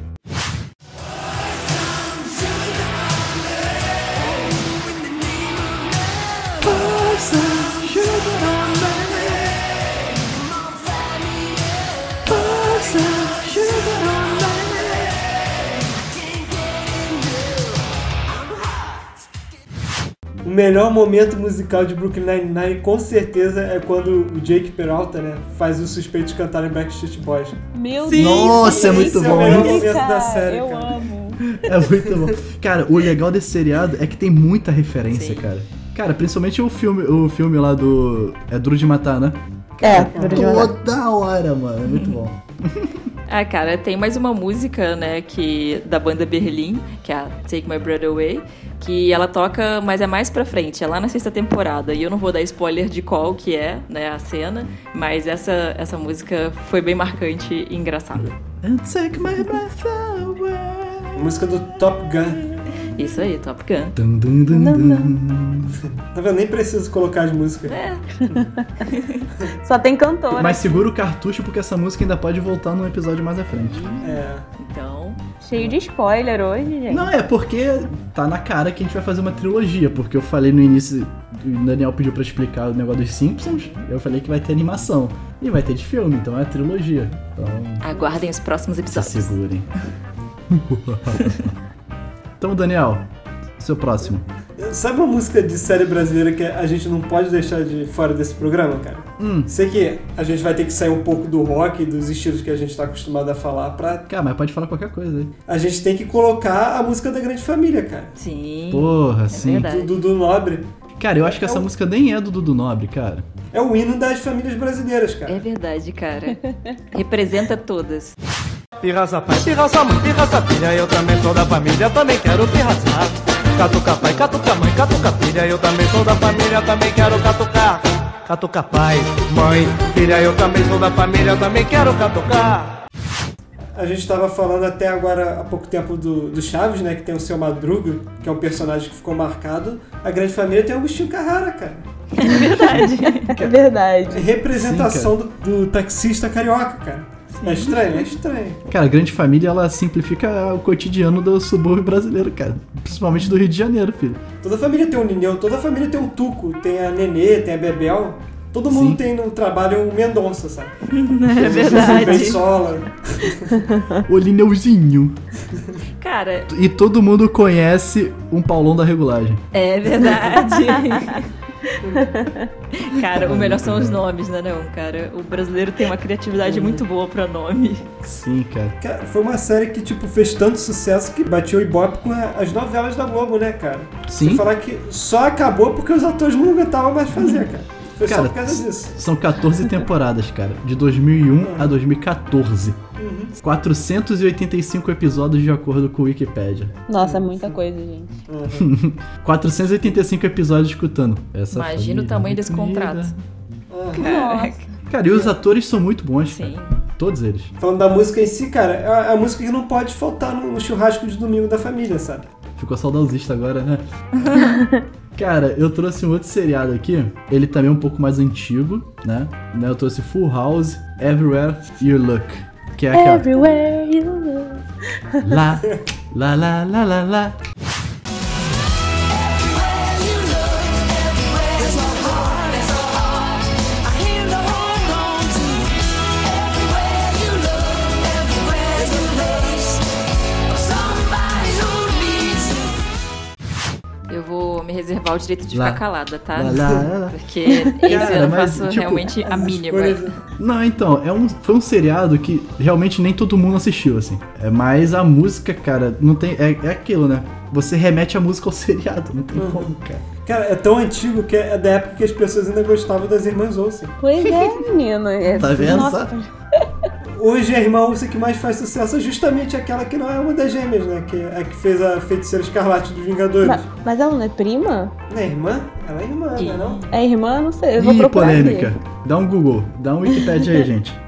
O melhor momento musical de Brooklyn Nine-Nine, com certeza, é quando o Jake Peralta, né, faz os suspeitos cantarem Backstreet Boys. Meu Sim, Deus. Nossa, é muito Esse bom, é o melhor hein? momento da série, eu cara. amo. É muito bom. Cara, o legal desse seriado é que tem muita referência, Sim. cara. Cara, principalmente o filme, o filme lá do. É Duro de Matar, né? É, Duro de Matar. Toda hora, mano. É muito Uhum. bom. Ah, cara, tem mais uma música, né, que da banda Berlim, que é a Take My Breath Away, que ela toca, mas é mais pra frente, é lá na sexta temporada. E eu não vou dar spoiler de qual que é, né, a cena, mas essa, essa música foi bem marcante e engraçada. And take my breath away. A música do Top Gun. Isso aí, Top Gun. Dun, dun, dun, dun. Tá vendo? Nem preciso colocar as músicas. É, Só tem cantora. Mas segura o cartucho porque essa música ainda pode voltar num episódio mais à frente. É. então, Cheio de spoiler hoje, gente. Não, é porque tá na cara que a gente vai fazer uma trilogia, porque eu falei no início, o Daniel pediu pra explicar o negócio dos Simpsons, eu falei que vai ter animação. E vai ter de filme, então é trilogia. Então, aguardem os próximos se episódios. segurem. então, Daniel, seu próximo. Sabe uma música de série brasileira que a gente não pode deixar de fora desse programa, cara? Hum. Sei que a gente vai ter que sair um pouco do rock e dos estilos que a gente tá acostumado a falar pra... Cara, mas pode falar qualquer coisa aí. A gente tem que colocar a música da Grande Família, cara. Sim. Porra, sim. verdade. Do Dudu Nobre. Cara, eu acho que essa música nem é do Dudu Nobre, cara. É o hino das famílias brasileiras, cara. É verdade, cara. Representa todas. Pirraça pai, pirraça mãe, pirraça filha Eu também sou da família, também quero pirraçar Catuca pai, catuca mãe, catuca filha Eu também sou da família, também quero catucar Catuca pai, mãe, filha Eu também sou da família, também quero catucar A gente tava falando até agora, há pouco tempo, do, do Chaves, né? Que tem o seu Madruga, que é um personagem que ficou marcado. A Grande Família tem o Agostinho Carrara, cara. É verdade. Representação do, do taxista carioca, cara. É estranho, é estranho. Cara, a Grande Família, ela simplifica o cotidiano do subúrbio brasileiro, cara. Principalmente do Rio de Janeiro, filho. Toda família tem um Nineu, toda família tem um Tuco, tem a Nenê, tem a Bebel. Todo mundo Sim. tem no trabalho um Mendonça, sabe? É Um verdade. Bensola. O Lineuzinho. Cara, E todo mundo conhece um Paulão da regulagem. É verdade. cara, o melhor são os nomes, né, não, cara? O brasileiro tem uma criatividade muito boa pra nome. Sim, cara. Cara, foi uma série que, tipo, fez tanto sucesso que bateu o Ibope com a- as novelas da Globo, né, cara? Sim. Sem falar que só acabou porque os atores não aguentavam mais fazer, Uhum. cara. Foi só Cara, por causa disso. São 14 temporadas, cara. De 2001 a 2014. 485 episódios de acordo com o Wikipedia. Nossa, é muita coisa, gente. 485 episódios escutando. Essa Imagina família é o tamanho desse unida. contrato. Uhum. Caraca, Cara, e os atores são muito bons, sim. cara. Todos eles. Falando da música em si, cara, é a- é a música que não pode faltar no churrasco de domingo da família, sabe? Ficou saudosista agora, né? Cara, eu trouxe um outro seriado aqui. Ele também é um pouco mais antigo, né? Né, Eu trouxe Full House, Everywhere You Look. Que é aquela. Everywhere you look. Lá, lá, lá, lá, lá, lá. Everywhere you look, everywhere is my heart. Oh, preservar o direito de Lá. ficar calada, tá? Lá, lá, lá, lá. Porque esse Cara, eu não mas, faço tipo, realmente a mínima. Coisa- Não, então, é um, foi um seriado que realmente nem todo mundo assistiu, assim. É, mas a música, cara, não tem. É, é aquilo, né? Você remete a música ao seriado, não tem Uhum. como, cara. Cara, é tão antigo que é da época que as pessoas ainda gostavam das irmãs Olsen. Pois é, menino. É- Tá vendo? Nossa, Hoje a irmã Olsen que mais faz sucesso é justamente aquela que não é uma das gêmeas, né? Que é a que fez a feiticeira escarlate dos Vingadores. ma- mas ela não é prima? Não é irmã? Ela é irmã, não é não? É irmã? Não sei. Eu vou Ih, procurar. aqui. polêmica. Dá um Google, dá um Wikipedia aí, gente.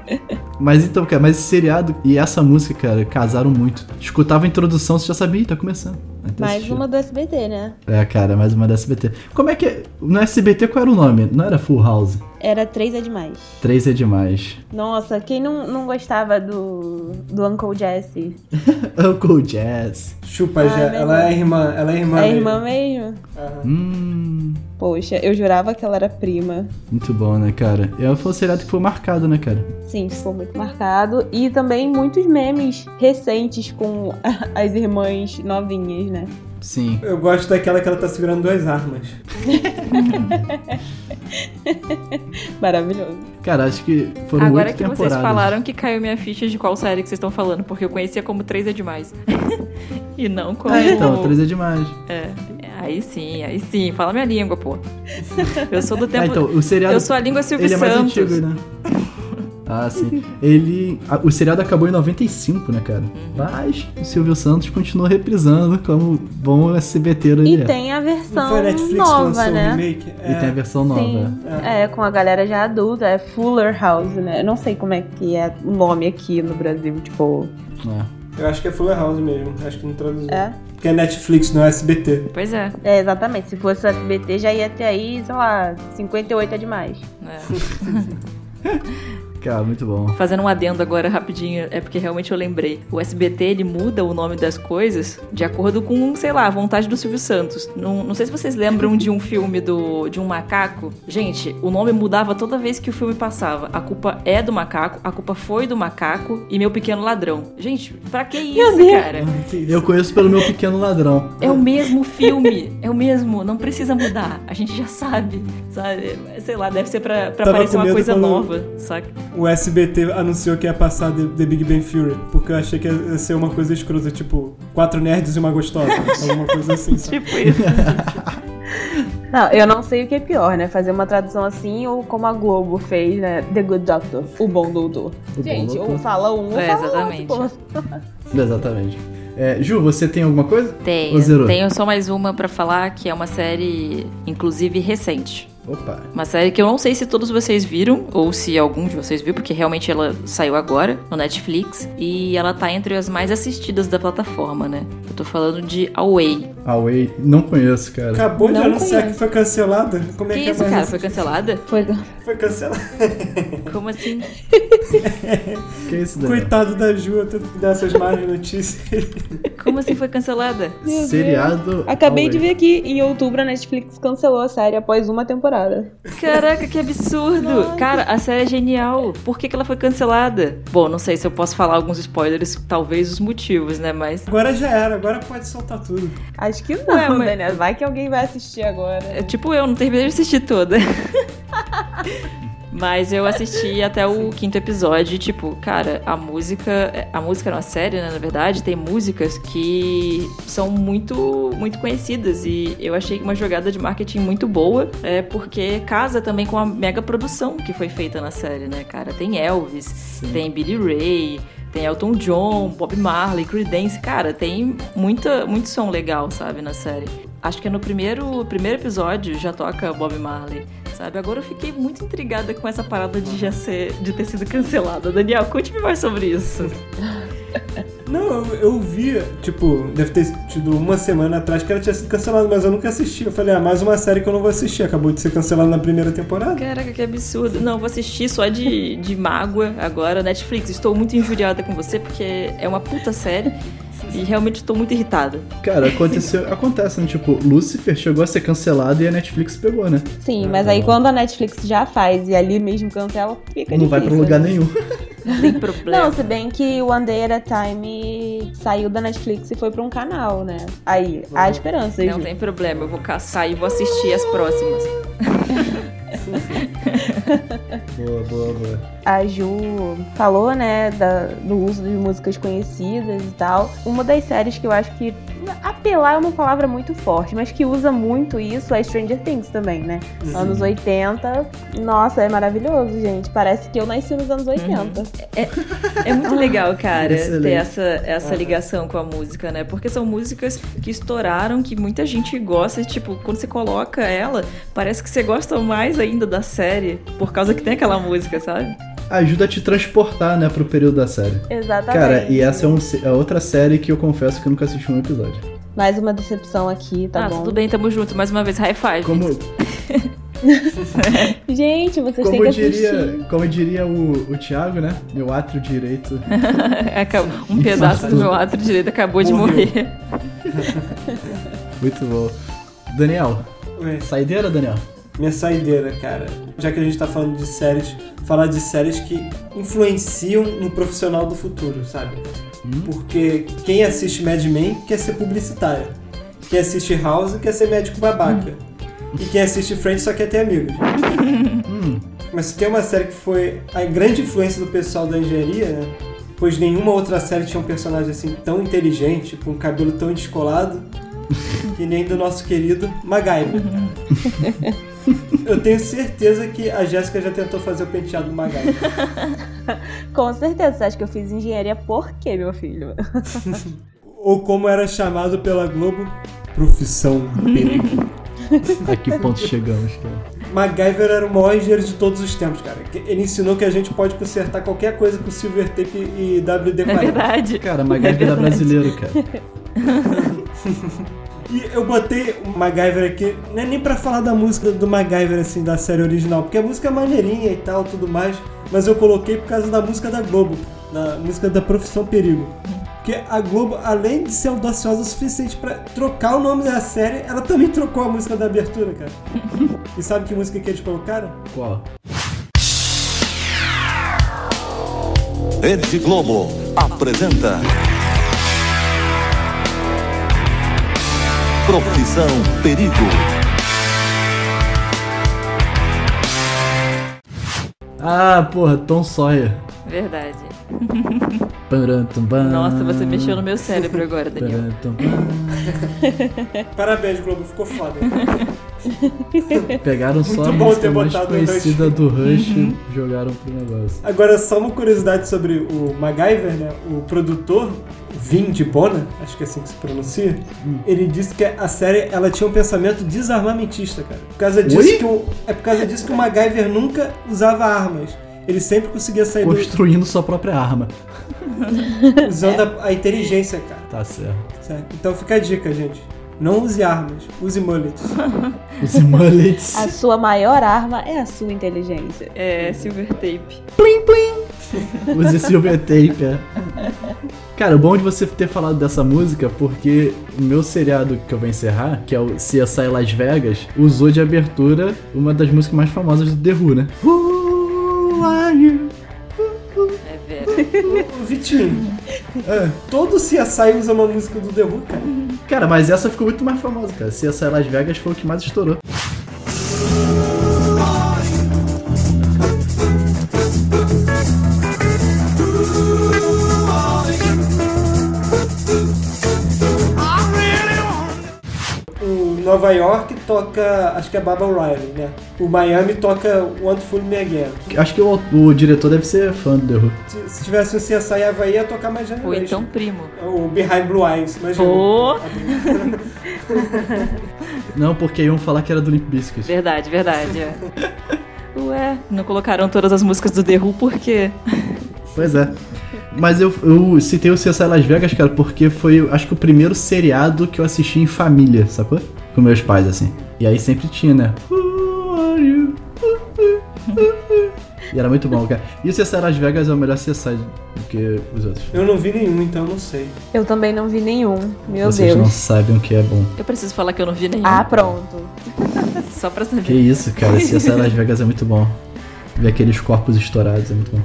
Mas então, cara, mas esse seriado e essa música, cara, casaram muito. Escutava a introdução, você já sabia, "Ih, tá começando. Aí tu Mais assistia. uma do SBT, né? É, cara, mais uma da SBT. Como é que. No SBT qual era o nome? Não era Full House. Era três é demais. Três é demais. Nossa, quem não, não gostava do, do Uncle Jesse? Uncle Jazz. Chupa, Ah, já. é verdade. ela é irmã, ela é irmã. É mesmo. irmã mesmo? Aham. Hum. Poxa, eu jurava que ela era prima. Muito bom, né, cara? E foi um seriado que foi marcado, né, cara? Sim, ficou muito marcado. E também muitos memes recentes com a- as irmãs novinhas, né? Sim. Eu gosto daquela que ela tá segurando duas armas. Maravilhoso. Cara, acho que foram Agora oito que temporadas. vocês falaram que caiu minha ficha de qual série que vocês estão falando, porque eu conhecia como Três é Demais. e não como. É, Ah, então, três é demais. Aí sim, aí sim. Fala minha língua, pô. Eu sou do tempo. Ah, então, o seriado. Eu sou a língua Silvio ele é mais Santos. antigo, né? Ah, sim. Ele. a- o seriado acabou em 95, né, cara? Uhum. Mas o Silvio Santos continua reprisando como bom SBTeiro ele E é. tem a Não foi a versão Netflix que nova, lançou o né? remake? E tem a É, versão nova. Sim, É. é. com a galera já adulta, é Fuller House, né? Eu não sei como é que é o nome aqui no Brasil, tipo. É. eu acho que é Fuller House mesmo, acho que não traduziu. É? Porque é Netflix, não é SBT. Pois é. É, exatamente. Se fosse o SBT, já ia ter aí, sei lá, 58 é demais. né? Cara, muito bom. Fazendo um adendo agora rapidinho, é porque realmente eu lembrei. O SBT, ele muda o nome das coisas de acordo com, sei lá, a vontade do Silvio Santos. Não, não sei se vocês lembram de um filme do, de um macaco. Gente, o nome mudava toda vez que o filme passava. A culpa é do macaco, a culpa foi do macaco e meu pequeno ladrão. Gente, pra que isso, Deus. cara? Eu conheço pelo meu pequeno ladrão. É o mesmo filme, é o mesmo, não precisa mudar. A gente já sabe, sabe? Sei lá, deve ser pra, pra Tava parecer com uma medo coisa quando- nova, saca? O SBT anunciou que ia passar The, The Big Bang Theory, porque eu achei que ia ser uma coisa escrota, tipo, quatro nerds e uma gostosa. alguma coisa assim, sabe? Tipo isso. Não, eu não sei o que é pior, né? Fazer uma tradução assim ou como a Globo fez, né? The Good Doctor, o bom doutor. O bom Gente, doutor. ou fala um, ou É, fala exatamente. outro. pô. Exatamente. É, Ju, você tem alguma coisa? Ou Tenho. zerou? Tenho só mais uma pra falar, que é uma série, inclusive, recente. Opa. Uma série que eu não sei se todos vocês viram, ou se algum de vocês viu, porque realmente ela saiu agora no Netflix. E ela tá entre as mais assistidas da plataforma, né? Eu tô falando de Away. Away, não conheço, cara. Acabou de Não anunciar conheço. que foi cancelada? Como é que que, isso, é cara? mais Foi cancelada? Foi Foi cancelada. Como assim? Que é isso, Daniel? Coitado da Ju, eu tenho que dar essas más notícias. Como assim foi cancelada? Deus. Seriado. Acabei de Away. ver aqui, em outubro a Netflix cancelou a série após uma temporada. Caraca, que absurdo! Cara, a série é genial. Por que, que ela foi cancelada? Bom, não sei se eu posso falar alguns spoilers, talvez os motivos, né? Mas Agora já era, agora pode soltar tudo. Acho que não, Ué, mas- Daniel. Vai que alguém vai assistir agora. É tipo eu, não terminei de assistir toda. Mas eu assisti até o quinto episódio, e, tipo, cara, a música, é, a música não, a série, né, na verdade, tem músicas que são muito muito conhecidas e eu achei uma jogada de marketing muito boa, é porque casa também com a mega produção que foi feita na série, né, cara? Tem Elvis, tem Billy Ray, tem Elton John, Bob Marley, Creedence, cara, tem muita muito som legal, sabe, na série. Acho que é no primeiro, primeiro episódio já toca Bob Marley, sabe? Agora eu fiquei muito intrigada com essa parada de já ser, de ter sido cancelada. Daniel, conte-me mais sobre isso. Não, eu, eu vi, tipo, deve ter tido uma semana atrás que ela tinha sido cancelada, mas eu nunca assisti. Eu falei, ah, mais uma série que eu não vou assistir. Acabou de ser cancelada na primeira temporada. Caraca, que absurdo. Não, vou assistir só de, de mágoa agora. Netflix, estou muito injuriada com você porque é uma puta série e realmente estou muito irritada. Cara, aconteceu, acontece, né? Tipo, Lucifer chegou a ser cancelado e a Netflix pegou, né? Sim, mas aí quando a Netflix já faz e ali mesmo cancela, fica não vai pra difícil, lugar né? nenhum. Não tem problema. Não, se bem que One Day at a Time saiu da Netflix e foi pra um canal, né? Aí, Uhum. há esperanças. Não gente. tem problema, eu vou caçar e vou assistir as próximas. Boa, boa, boa. A Ju falou, né, da- do uso de músicas conhecidas e tal. Uma das séries que eu acho que apelar é uma palavra muito forte, mas que usa muito isso é Stranger Things também, né? Uhum. Anos 80. Nossa, é maravilhoso, gente. Parece que eu nasci nos Uhum. anos 80. É muito legal, cara, Excelente. ter essa, essa ligação com a música, né? Porque são músicas que estouraram, que muita gente gosta. E, tipo, quando você coloca ela, parece que você gosta mais ainda da série, por causa que tem aquela música, sabe? Ajuda a te transportar, né, pro período da série. Exatamente. Cara, e essa é, um, se- é outra série que eu confesso que eu nunca assisti um episódio. Mais uma decepção aqui, tá ah, bom? tudo bem, tamo junto. Mais uma vez, high five. Como, Gente, vocês como, têm que assistir. diria, como diria o, o Thiago, né? Meu átrio direito. Acabou- um pedaço do meu lado direito acabou de Morreu. morrer. Muito bom. Daniel, Ué. saideira, Daniel? Minha saideira, cara. Já que a gente tá falando de séries, falar de séries que influenciam no profissional do futuro, sabe? Porque quem assiste Mad Men quer ser publicitário. Quem assiste House quer ser médico babaca. E quem assiste Friends só quer ter amigos. Mas se tem uma série que foi a grande influência do pessoal da engenharia, né? Pois nenhuma outra série tinha um personagem assim tão inteligente, com um cabelo tão descolado, que nem do nosso querido MacGyver. Eu tenho certeza que a Jéssica já tentou fazer o penteado do MacGyver. Com certeza, você acha que eu fiz engenharia por quê, meu filho? Ou como era chamado pela Globo, profissão perigo. A que ponto chegamos, cara? MacGyver era o maior engenheiro de todos os tempos, cara. Ele ensinou que a gente pode consertar qualquer coisa com silver tape e É WD-40. verdade. Cara, MacGyver era brasileiro, cara. E eu botei o MacGyver aqui, não é nem pra falar da música do MacGyver, assim, da série original, porque a música é maneirinha e tal, tudo mais, mas eu coloquei por causa da música da Globo, da música da Profissão Perigo. Porque a Globo, além de ser audaciosa o suficiente pra trocar o nome da série, ela também trocou a música da abertura, cara. E sabe que música que eles colocaram? Qual? Rede Globo apresenta Profissão Perigo. Ah, porra, Tom Sawyer. Verdade. Parantumbam. Nossa, você mexeu no meu cérebro agora, Daniel. Parantumbam. Parabéns, Globo, ficou foda. Pegaram só a Muito bom música ter mais botado um no conhecida do Rush e jogaram pro negócio. Agora, só uma curiosidade sobre o MacGyver, né? O produtor, Vin de Bona, acho que é assim que se pronuncia, ele disse que a série ela tinha um pensamento desarmamentista, cara. Por causa disso Oi? que o, é por causa disso que o MacGyver nunca usava armas. Ele sempre conseguia sair do, Construindo sua própria arma. usando a, a inteligência, cara. Tá certo. certo? Então fica a dica, gente. Não use armas, use mullets. Os mullets. A sua maior arma é a sua inteligência. É, silver tape. Use silver tape, é. Cara, o bom de você ter falado dessa música, porque o meu seriado que eu vou encerrar, que é o CSI Las Vegas, usou de abertura uma das músicas mais famosas do The Who, né? Who are you? É verdade. Ô, Vitinho, todo CSI usa uma música do The Who, cara. Cara, mas essa ficou muito mais famosa, cara. CSI Las Vegas foi o que mais estourou. O Nova York toca, acho que é Baba Riley, né? O Miami toca Wonderful Me Again. Acho que o, o diretor deve ser fã do The Who. Se, se tivesse um CSI Havaí, ia tocar mais Ou Generation. então primo. O Behind Blue Eyes, imagina. Pô, Não, porque iam falar que era do Limp Bizkit. verdade, verdade. é. Ué, não colocaram todas as músicas do The Who por quê? Pois é. Mas eu, eu citei o CSI Las Vegas, cara, porque foi, acho que o primeiro seriado que eu assisti em família, sacou? Com meus pais, assim. E aí sempre tinha, né? Who are you? E era muito bom, cara. E o CSI Las Vegas é o melhor CSI do que os outros. Eu não vi nenhum, então eu não sei. Eu também não vi nenhum. Meu Vocês não Deus. sabem o que é bom. Eu preciso falar que eu não vi nenhum. Ah, pronto. Ah. Só pra Que saber. isso, cara. CSI Las Vegas é muito bom. Ver aqueles corpos estourados é muito bom.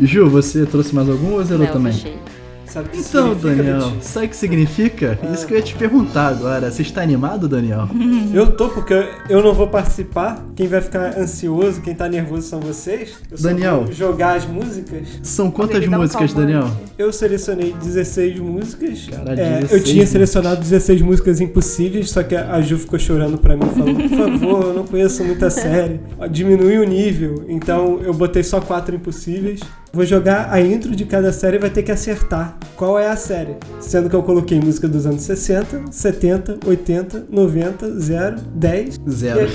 Ju, você trouxe mais algum ou zerou Não, também? fechei. Sabe o que Então, significa, Daniel, Vitinho? sabe o que significa? Isso que eu ia te perguntar agora. Você está animado, Daniel? Eu tô, porque eu não vou participar. Quem vai ficar ansioso, quem tá nervoso são vocês. Eu só Daniel. vou jogar as músicas. São quantas Ele dá um músicas, calmante. Daniel? Eu selecionei 16 músicas. Cara, É, 16 eu tinha músicas. selecionado 16 músicas impossíveis, só que a Ju ficou chorando pra mim, falando: Por favor, eu não conheço muita série. Ó, Diminui o nível. Então eu botei só 4 impossíveis. Vou jogar a intro de cada série e vai ter que acertar qual é a série. Sendo que eu coloquei música dos anos 60, 70, 80, 90, 0, 10. Zero.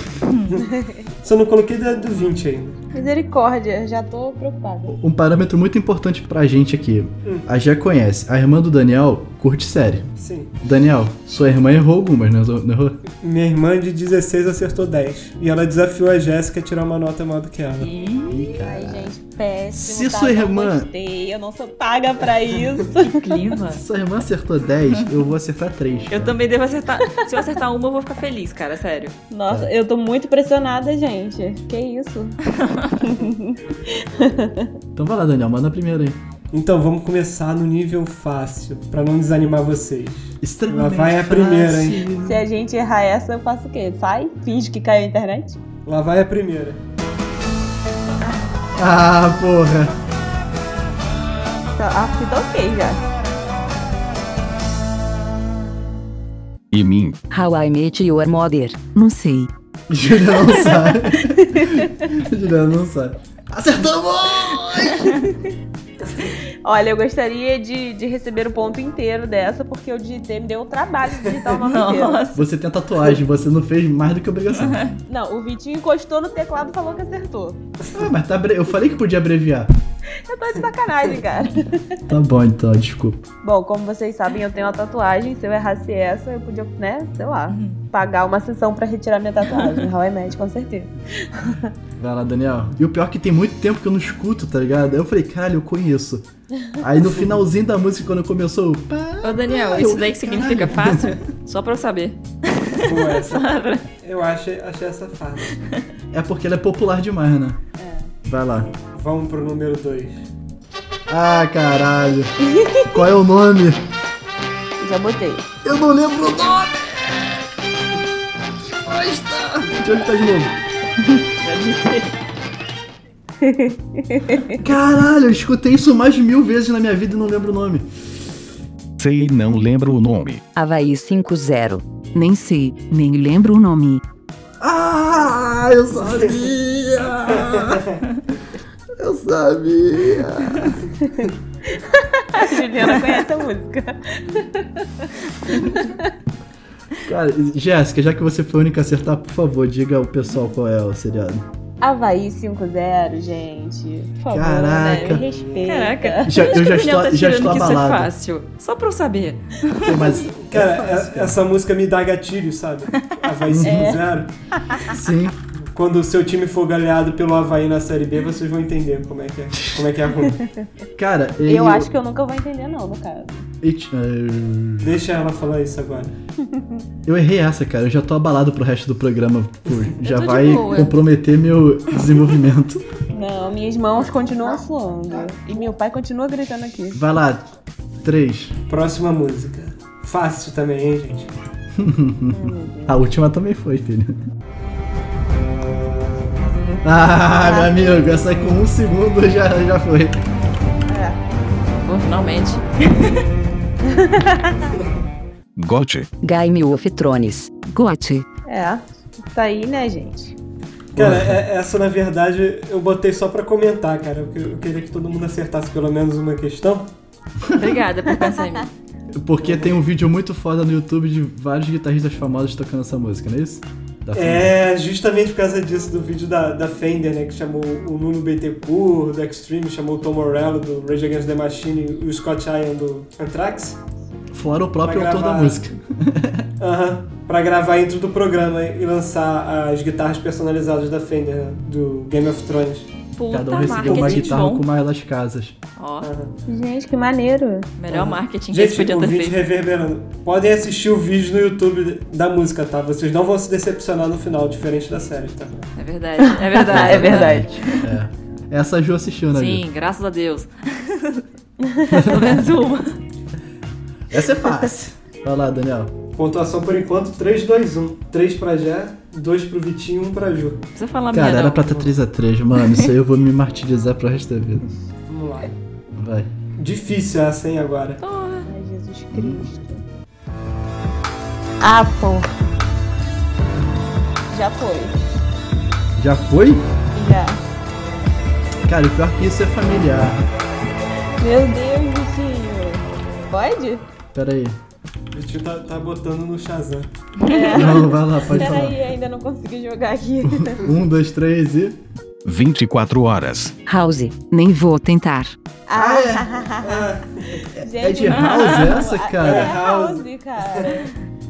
Só não coloquei da do 20 ainda. Misericórdia, já tô preocupada. Um parâmetro muito importante pra gente aqui. A Jé conhece. A irmã do Daniel curte série. Sim. Daniel, sua irmã errou algumas, né? Não errou? Minha irmã de 16 acertou 10. E ela desafiou a Jéssica a tirar uma nota maior do que ela. Ai, gente, péssimo. Se tá? sua Não irmã- Gostei, eu não sou paga pra isso. Clima. Se sua irmã acertou 10, eu vou acertar 3. Tá. Eu também devo acertar. Se eu acertar uma, eu vou ficar feliz, cara, sério. Nossa, eu tô muito pressionada, gente. Que isso? Então vai lá, Daniel, manda a primeira aí. Então vamos começar no nível fácil, pra não desanimar vocês. Extremamente Lá vai a primeira, fácil. Se a gente errar essa, eu faço o quê? Sai? Finge que caiu a internet? Lá vai a primeira. Ah, porra. Tá, ah, porque tá ok já. E mim. How I Met Your Mother. Não sei. Juliana não sabe. Juliana não sabe. Acertamos! Olha, eu gostaria de, de receber o ponto inteiro dessa, porque eu digitei, me deu o trabalho de digitar o nome inteiro. Nossa. Você tem tatuagem, você não fez mais do que obrigação. Não, o Vitinho encostou no teclado e falou que acertou. Ah, mas tá abre... eu falei que podia abreviar. Eu tô de sacanagem, cara. Tá bom então, desculpa. Bom, como vocês sabem, eu tenho uma tatuagem. Se eu errasse essa, eu podia, né, sei lá, pagar uma sessão pra retirar minha tatuagem. How I Met, com certeza. Vai lá, Daniel. E o pior é que tem muito tempo que eu não escuto, tá ligado? Aí eu falei, caralho, eu conheço. Aí no finalzinho da música, quando começou, eu, pá, Ô, Daniel, isso daí que significa fácil? Só pra eu saber. Pô, essa, Sabe? eu achei, achei essa fácil. é porque ela é popular demais, né? Vai lá. Vamos pro número 2. Ah, caralho. Qual é o nome? Já botei. Eu não lembro o nome! Onde está? Diogo tá de novo. Caralho, eu escutei isso mais de mil vezes na minha vida e não lembro o nome. Sei e não lembro o nome. Havaí 5-0. Nem sei, nem lembro o nome. Ah, eu sabia! Eu sabia! A Juliana conhece a música. Cara, Jéssica, já que você foi a única a acertar, por favor, diga ao pessoal qual é o seriado. Havaí 5-0, gente. Por favor, Caraca. Né? Me respeita. Caraca. Já- eu Por que já o Daniel estou- tá já tirando estou que abalado. Isso é fácil. Só pra eu saber. Pô, Mas, Cara, e- essa música me dá gatilho, sabe? Havaí 5-0. sim, Quando o seu time for galeado pelo Havaí na Série B, vocês vão entender como é que é, como é, que é ruim. cara, ele... Eu acho que eu nunca vou entender, não, no caso. It- eh, Deixa ela falar isso agora. Eu errei essa, cara. Eu já tô abalado pro resto do programa. pô. já tô tá de vai boa. comprometer meu desenvolvimento. Não, minhas mãos continuam suando. E meu pai continua gritando aqui. Vai lá. Três. Próxima música. Fácil também, hein, gente? A última também foi, filho. Ah, meu amigo, essa com um segundo já, já foi. Pô, finalmente. Gote. Game of Thrones. Gote. É, isso aí, né, gente? Cara, é- essa na verdade eu botei só pra comentar, cara. Porque eu queria que todo mundo acertasse pelo menos uma questão. Obrigada por pensar em mim. Porque tem um vídeo muito foda no YouTube de vários guitarristas famosos tocando essa música, não é isso? Da Fender. É, justamente por causa disso, do vídeo da, da Fender, né? Que chamou o Nuno Bettencourt, do Extreme, chamou o Tom Morello, do Rage Against the Machine e o Scott Ian, do Anthrax. Fora o próprio Vai autor da gravar. música. Aham. Pra gravar a intro do programa e lançar as guitarras personalizadas da Fender, né, do Game of Thrones. Puta Cada um recebeu uma marketing guitarra bom. com uma das casas. Ó, Gente, que maneiro. Ah. melhor marketing que eles Gente, um podiam o ter vídeo feito. reverberando. Podem assistir o vídeo no YouTube da música, tá? Vocês não vão se decepcionar no final, diferente da série, tá? É verdade, é verdade. é verdade. É. Essa a Ju assistiu, né, Ju? Sim, graças a Deus. Pelo menos uma. Essa é fácil. Vai lá, Daniel. Pontuação por enquanto, 3, 2, 1. 3 pra Jé, 2 pro Vitinho, 1 pra Ju. Não precisa falar Cara, minha, era não. pra tá estar 3x3, mano. Isso aí eu vou me martirizar pro resto da vida. Vamos lá. Vai. Difícil essa, hein, agora. Ai, Jesus Cristo. Ah, pô. Já foi. Já foi? Já. Cara, o pior que isso é familiar. Meu Deus, Vitinho. Pode? Pera aí. O Vitinho tá, tá botando no Shazam. Não, vai lá, pode falar. É. Peraí, ainda não consegui jogar aqui. 1, 2, 3 e. 24 horas. House, nem vou tentar. Ah, É de house essa, É cara? house, cara.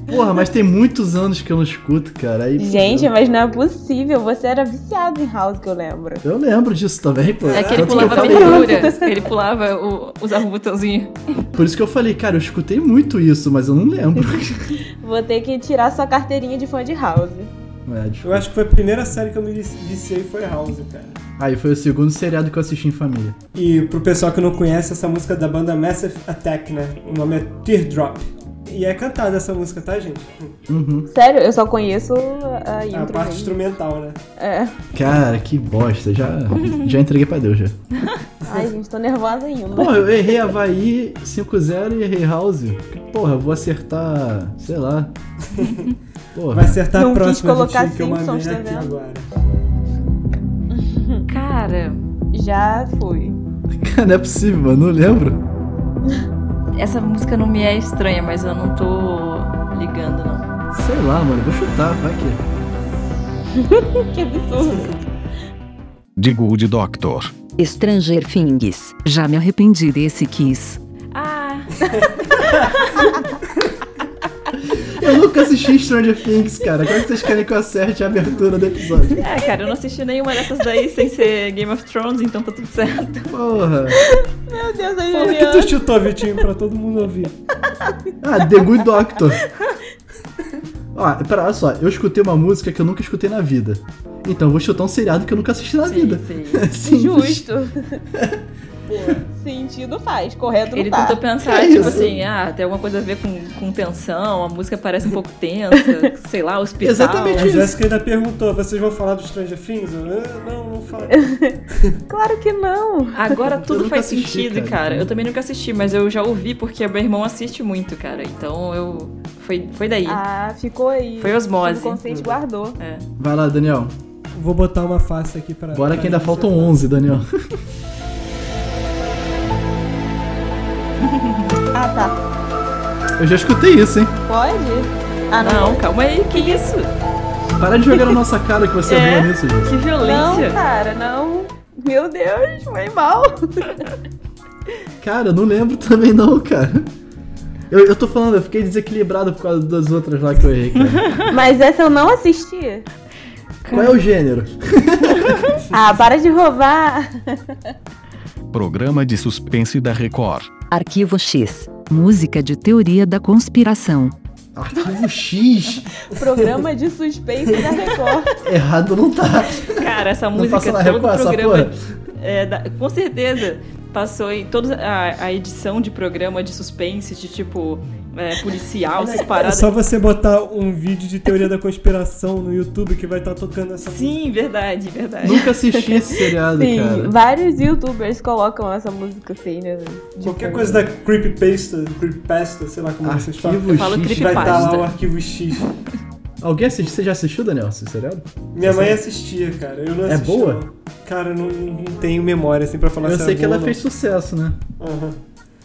Porra, mas tem muitos anos que eu não escuto, cara. Aí, Gente, mas não é possível. Você era viciado em house, que eu lembro. Eu lembro disso também, pô. É que ele Tanto que eu pulava falei- aberturas. Ele pulava, o, usava o botãozinho. Por isso que eu falei, cara, eu escutei muito isso, mas eu não lembro. Vou ter que tirar sua carteirinha de fã de house. É, Eu desculpa. acho que foi a primeira série que eu me vici- viciei foi House, cara. Aí foi o segundo seriado que eu assisti em família. E pro pessoal que não conhece, essa música é da banda Massive Attack, né? O nome é Teardrop. E é cantada essa música, tá, gente? Uhum. Sério, eu só conheço É a a intro. parte mesmo. instrumental, né? É. Cara, que bosta. Já, já entreguei pra Deus já. Ai, gente, tô nervosa ainda. Porra, eu errei Havaí 5-0 e errei House. Porra, eu vou acertar. sei lá. Porra. Vai acertar Não a quis próxima, colocar Vitinho, que eu mandei Simpsons, tá aqui vendo? agora. Cara, Já fui. Cara, não é possível, mano. Não lembro. essa música não me é estranha, mas eu não tô ligando, não. Sei lá, mano. Vou chutar, vai que. Que absurdo. The Good Doctor. Stranger Things. Já me arrependi desse kiss. Ah, Eu nunca assisti Stranger Things, cara. Como é que vocês querem que eu acerte a abertura do episódio? é, cara, eu não assisti nenhuma dessas daí sem ser Game of Thrones, então tá tudo certo. Porra. Meu Deus, a Fala que Juliana. tu chutou, Vitinho, pra todo mundo ouvir. Ah, The Good Doctor. Ó, pera, olha só. Eu escutei uma música que eu nunca escutei na vida. Então eu vou chutar um seriado que eu nunca assisti na vida. Sim, sim. Simples. Justo. Pô, Sentido faz, correto não Ele tá. tentou pensar, Que tipo Então É isso? assim, ah, tem alguma coisa a ver com, com tensão, a música parece um pouco tensa, sei lá, hospital. Exatamente. A Jéssica ainda perguntou, vocês vão falar do Stranger Things? Eu, "Ah, não, não fala. Claro que não. Agora tudo nunca faz assisti, sentido, cara. cara. Eu também nunca assisti, mas eu já ouvi porque meu irmão assiste muito, cara. Então eu. Foi, foi daí. Ah, ficou aí. Foi osmose. O consciente guardou. É. Vai lá, Daniel. Vou botar uma face aqui pra... Bora pra que ainda você. faltam 11, Daniel. Ah, tá. Eu já escutei isso, hein? Pode? Ah, não. Não, calma aí, que isso? Para de jogar na nossa cara que você é É? boa nisso, gente. Que violência. Não, cara, não. Meu Deus, foi mal. Cara, eu não lembro também não, cara. Eu, eu tô falando, eu fiquei desequilibrado por causa das outras lá que eu errei, cara. Mas essa eu não assisti. Qual é o gênero? Ah, para de roubar. Programa de suspense da Record. Arquivo X. Música de teoria da conspiração. Arquivo X. Programa de suspense da Record. Errado não tá. Cara, essa Não passa música na todo o Record essa programa. porra. é, da- com certeza. Passou em toda a, a edição de programa de suspense, de tipo é, policial, essas É paradas. só você botar um vídeo de teoria da conspiração no YouTube que vai estar tocando essa Sim, verdade, verdade. Nunca assisti esse seriado, Sim, cara. vários youtubers colocam essa música assim, né? Qualquer coisa da Creepypasta, Creepypasta, sei lá como Ah, vocês falam. Ah, Arquivo falo X. tá creepy- Vai estar lá Creepypasta. o arquivo X. Alguém assistiu? Você já assistiu, Daniel, esse seriado? Minha mãe assistia, cara. Eu não É assistia, boa? não. Cara, eu não, não tenho memória, assim, pra falar Eu se sei é que boa ela ou fez sucesso, né? não. Aham.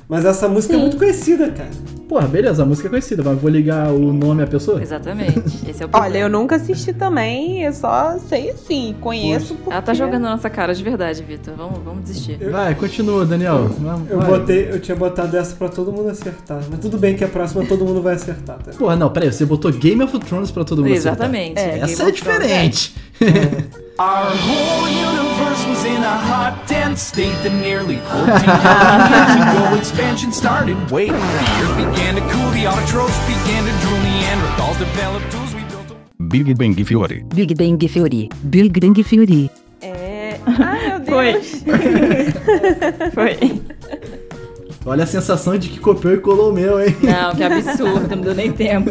Mas essa música é muito conhecida, cara. Porra, beleza, a música é conhecida, mas vou ligar o nome à pessoa? Exatamente. Esse é o problema. Olha, eu nunca assisti também, eu só sei assim, conheço porque... Ela tá jogando na nossa cara de verdade, Vitor. Vamos, vamos desistir. Vai, continua, Daniel. Vai. Eu botei, eu tinha botado essa pra todo mundo acertar. Mas tudo bem que a próxima todo mundo vai acertar, tá? Porra, não, peraí, você botou Game of Thrones pra todo mundo acertar. Exatamente. É, Game Essa é of Thrones. é. diferente. Our whole universe was in a hot, dense state that nearly 14 years ago expansion started. Wait, the earth began to cool, the autotrophs began to drool, Neanderthals developed tools, we built a... Big Bang Theory. Big Bang Theory. Big Bang Theory. É, Ai, meu Deus. Foi. Olha a sensação de que copiou e colou o meu, hein? Não, que absurdo, não deu nem tempo.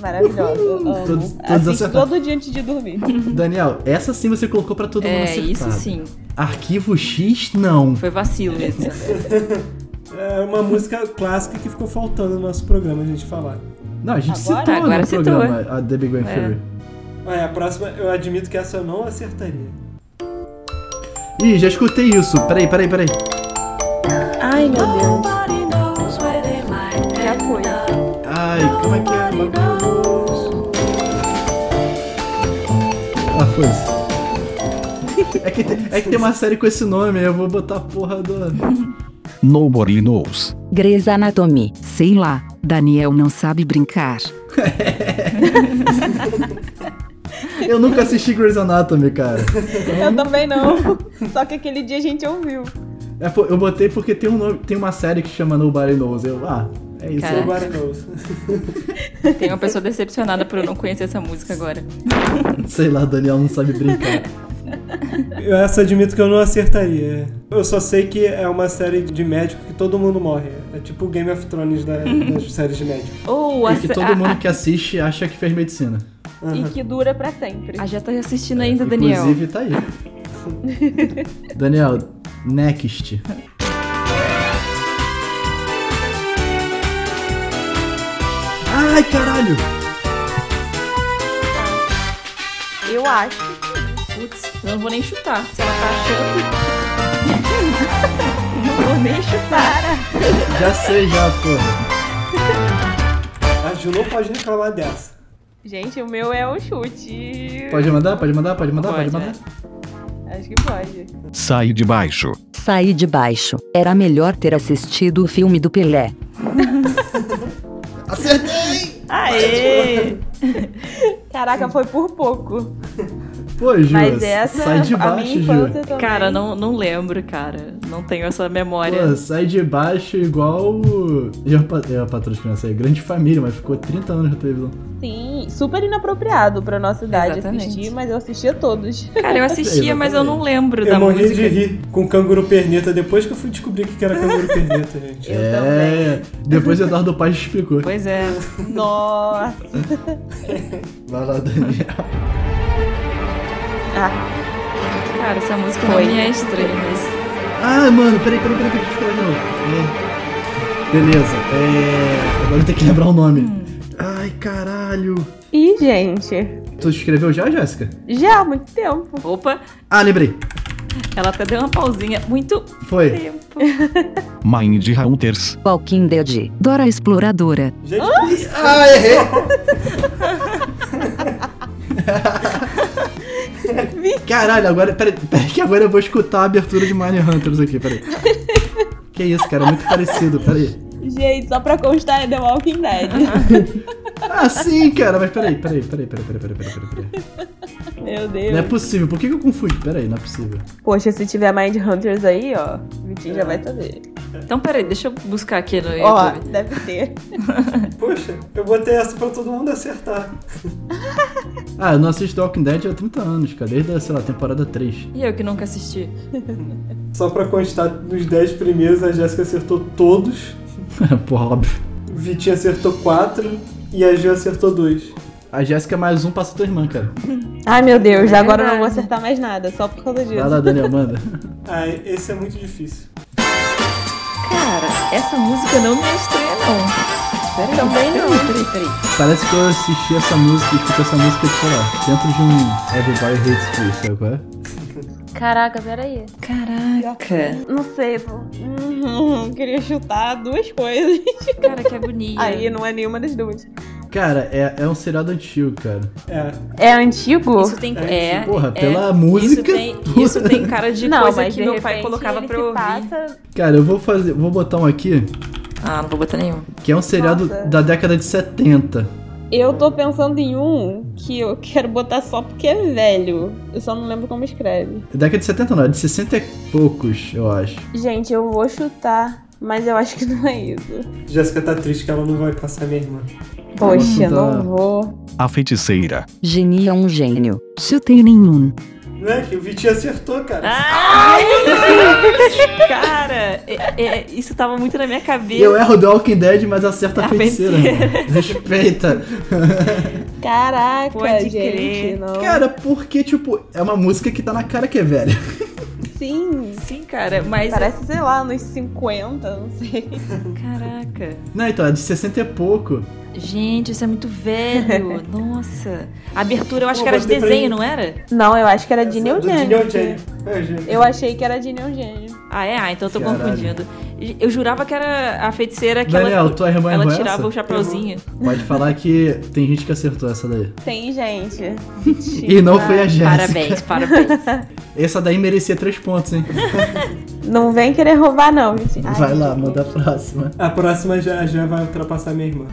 Maravilhosa. eu amo. Todos- todos Assisto acertaram. todo dia antes de dormir. Uhum. Daniel, essa sim você colocou pra todo mundo É, acertar. isso sim. Arquivo X, não. Foi vacilo esse. É uma música clássica que ficou faltando no nosso programa a gente falar. Não, a gente Agora- citou né, agora no citou. programa a The Big Bang É. Theory. Ah, é, a próxima, eu admito que essa eu não acertaria. Ih, já escutei isso. Peraí, peraí, peraí. Ai, meu Deus. Já foi. Ai, como é que é? o bagulho? Ah, foi é que, tem, é que tem uma série com esse nome, eu vou botar a porra do. Nobody knows. Grey's Anatomy. Sei lá, Daniel não sabe brincar. Eu nunca assisti Grey's Anatomy, cara. Eu também não. Só que aquele dia a gente ouviu. É, pô, eu botei porque tem, um nome- tem uma série que chama Nobody Knows. Eu, ah, é isso. Cara. Nobody knows. Tem uma pessoa decepcionada por eu não conhecer essa música agora. Sei lá, Daniel não sabe brincar. Eu essa admito que eu não acertaria. é. Eu só sei que é uma série de médico que todo mundo morre. É tipo o Game of Thrones da- das séries de médico. Ou a, E É que todo mundo que assiste acha que fez medicina. E que dura pra sempre. a, a já tá assistindo ainda, Daniel. Inclusive, tá aí. Daniel, next. Ai, caralho! Eu acho. Putz, eu não vou nem chutar. Se ela tá achando. não vou nem chutar. Já sei, já, porra. A Ju não pode reclamar dessa. Gente, o meu é o chute. Pode mandar, pode mandar, pode mandar, pode, Pode, mandar. é. Acho que pode. Sai de baixo. Saí de baixo. Era melhor ter assistido o filme do Pelé. Acertei! Aê! Caraca, foi por pouco. Pô, Ju, Mas essa, sai de a minha baixo, Ju. infância também. Cara, não, não lembro, cara. Não tenho essa memória. Pô, sai de baixo igual. o- Eu, pa- eu patroa de criança aí, grande família, mas ficou 30 anos na televisão. Sim, super inapropriado pra nossa idade Exatamente. assistir, mas eu assistia todos. Cara, eu assistia, mas eu não lembro Eu da morri música. de rir com canguru perneta depois que eu fui descobrir o que era canguru perneta, gente. Eu é, depois Eduardo Paz explicou. Pois é. Nossa. Vai lá, Daniel. Ah, Cara, essa música Foi. não me é estranha, mas. Ah, mano, peraí, peraí, peraí, peraí, deixa eu falar de novo. É. Beleza, é. Agora eu tenho que lembrar o nome. Ai, caralho. Hum. Ih, gente. Tu escreveu já, Jéssica? Já há muito tempo. Opa, Ah, lembrei. ela até deu uma pausinha. Muito Foi. tempo. Mind Hunters. Walking Dead. Dora Exploradora. Gente, Ah, errei. Caralho, agora. Peraí, peraí, que agora eu vou escutar a abertura de Mine Hunters aqui, peraí. Que isso, cara, muito parecido, peraí. Gente, só pra constar é The Walking Dead. Ah, sim, cara, mas peraí, peraí, peraí, peraí, peraí, peraí, peraí. peraí. Meu Não é Deus. possível, por que que eu confundi? Peraí, não é possível. Poxa, se tiver Mind Hunters aí, ó, o Vitinho já vai saber. Então, peraí, deixa eu buscar aqui no Ó, YouTube. deve ter. poxa, eu botei essa pra todo mundo acertar. Ah, eu não assisto The Walking Dead há 30 anos, cara, desde, a, sei lá, temporada 3. E eu que nunca assisti. Só pra constar, nos 10 primeiros a Jéssica acertou todos, Porra, óbvio. o Vitinho acertou 4 e a Ju acertou 2. A Jéssica é mais um passa tua irmã, cara. Ai, meu Deus, É agora eu não verdade. vou acertar mais nada, só por causa disso. Vai lá, Daniel, manda. Ah, esse é muito difícil. Cara, essa música não me é estranha, não. Peraí, Também peraí, não. Peraí, peraí. Parece que eu assisti essa música, escutei essa música, sei lá, dentro de um Everybody Hates Chris, sabe qual é? Caraca, peraí. Caraca. Não sei, tô... Hum, queria chutar duas coisas. Cara, que agonia. Aí não é nenhuma das duas. Cara, é, é um seriado antigo, cara. É, É antigo? Isso tem. É, Porra, é, pela Isso música, tem, porra. isso tem cara de não, coisa mas que de meu pai repente colocava ele pra se eu ouvir. passa- Cara, eu vou fazer, vou botar um aqui, Ah, não vou botar nenhum. que é um seriado Nossa. da década de 70. Eu tô pensando em um que eu quero botar só porque é velho. Eu só não lembro como escreve. Década de 70 não, é de 60 e poucos, eu acho. Gente, eu vou chutar, mas eu acho que não é isso. Jéssica tá triste que ela não vai passar minha irmã. Nossa, tá. Poxa, não vou. A feiticeira. Genie é um gênio. Chutei nenhum. Moleque, o Vitinho acertou, cara. Cara, é- é- isso tava muito na minha cabeça. Eu erro The Walking Dead, mas acerta a A feiticeira. feiticeira. irmão. Respeita. Caraca, Pode gente. crer. Não. Cara, porque, tipo, é uma música que tá na cara que é velha. Sim. Sim, assim, cara, mas. Parece, sei lá, nos 50, não sei. Caraca. Não, então, é de 60 e pouco. Gente, isso é muito velho. Nossa. A abertura eu acho Pô, que era mas de tem pra desenho, mim- não era? Não, eu acho que era de Do Neogênio. Dinho Jane. É, gente. Eu achei que era de Neogênio. Ah, é? Ah, então eu tô Caralho. confundindo. Eu jurava que era a feiticeira que Daniel, ela, tua irmã ela errou tirava é essa? o chapeuzinho. Pode falar que tem gente que acertou essa daí. Tem, gente. E não foi a Jéssica. tá. Parabéns, parabéns. Essa daí merecia três pontos, hein? Não vem querer roubar, não, gente. Ai, Vai lá, gente. manda a próxima. A próxima já, já vai ultrapassar minha irmã.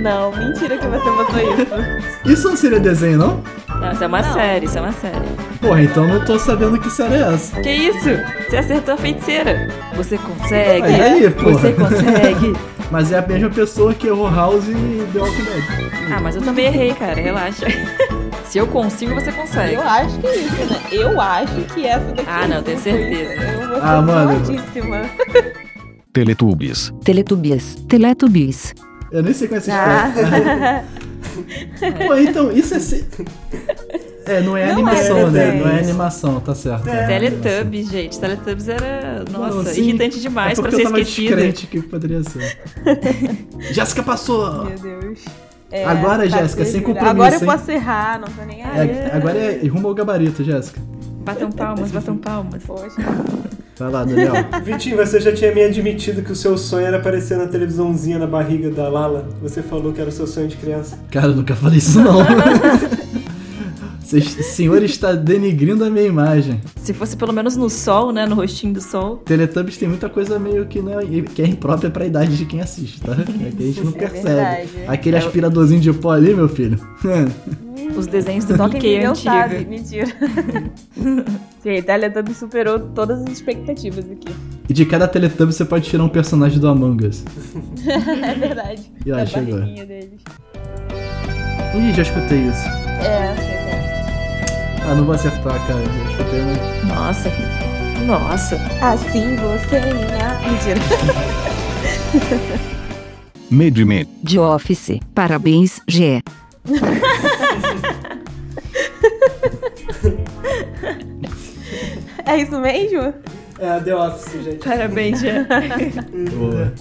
Não, mentira que você botou isso. Isso não seria desenho, não? Não, isso é uma série, isso é uma série. Porra, então não tô sabendo que série é essa. Que isso? Você acertou a feiticeira. Você consegue. Aí, aí, porra. Você consegue. Mas é a mesma pessoa que errou House e The Walking Dead. Ah, mas eu também errei, cara. Relaxa. Se eu consigo, você consegue. Eu acho que é isso, né? Eu acho que essa daqui. Ah, não, tenho certeza. Eu vou ser Ah, mano. boladíssima. Teletubbies. Teletubias. Teletubbies. Eu nem sei como é essa história. Ah. Pô, então, isso é. se- É, não é Não animação, é né? desenho. Não é animação, tá certo. Não é animação. Teletubbies, gente. Teletubbies era, nossa, Não, sim. irritante demais é pra porque ser eu tava esquecido. descrente que poderia ser. Jéssica passou! Meu Deus. É, Agora, Jéssica, sem compromisso, Agora eu hein? posso errar, não tô nem aí. É, agora é rumo ao gabarito, Jéssica. Batam palmas, batam palmas. Poxa. Vai lá, Daniel. Vitinho, você já tinha me admitido que o seu sonho era aparecer na televisãozinha na barriga da Lala. Você falou que era o seu sonho de criança. Cara, eu nunca falei isso não. Vocês- O senhor está denigrindo a minha imagem. Se fosse pelo menos no sol, né? No rostinho do sol. Teletubbies tem muita coisa meio que, né, que é imprópria pra idade de quem assiste, tá? É que a gente não percebe. verdade. É Aquele aspiradorzinho de pó ali, meu filho. Os desenhos do Toca em Mickey mim, não antigo. sabe. Mentira. Gente, a Teletubbies superou todas as expectativas aqui. E de cada Teletubbies você pode tirar um personagem do Among Us. É verdade. E ó, a chegou. barriguinha deles. Ih, Um já escutei isso. É, chegou. Ah, não vou acertar, cara. Já escutei, né? Nossa. Nossa. Assim você é minha. Mentira. Medimento. De Office. Parabéns, G. É isso mesmo? É a The Office, gente. Parabéns, Jean. Boa.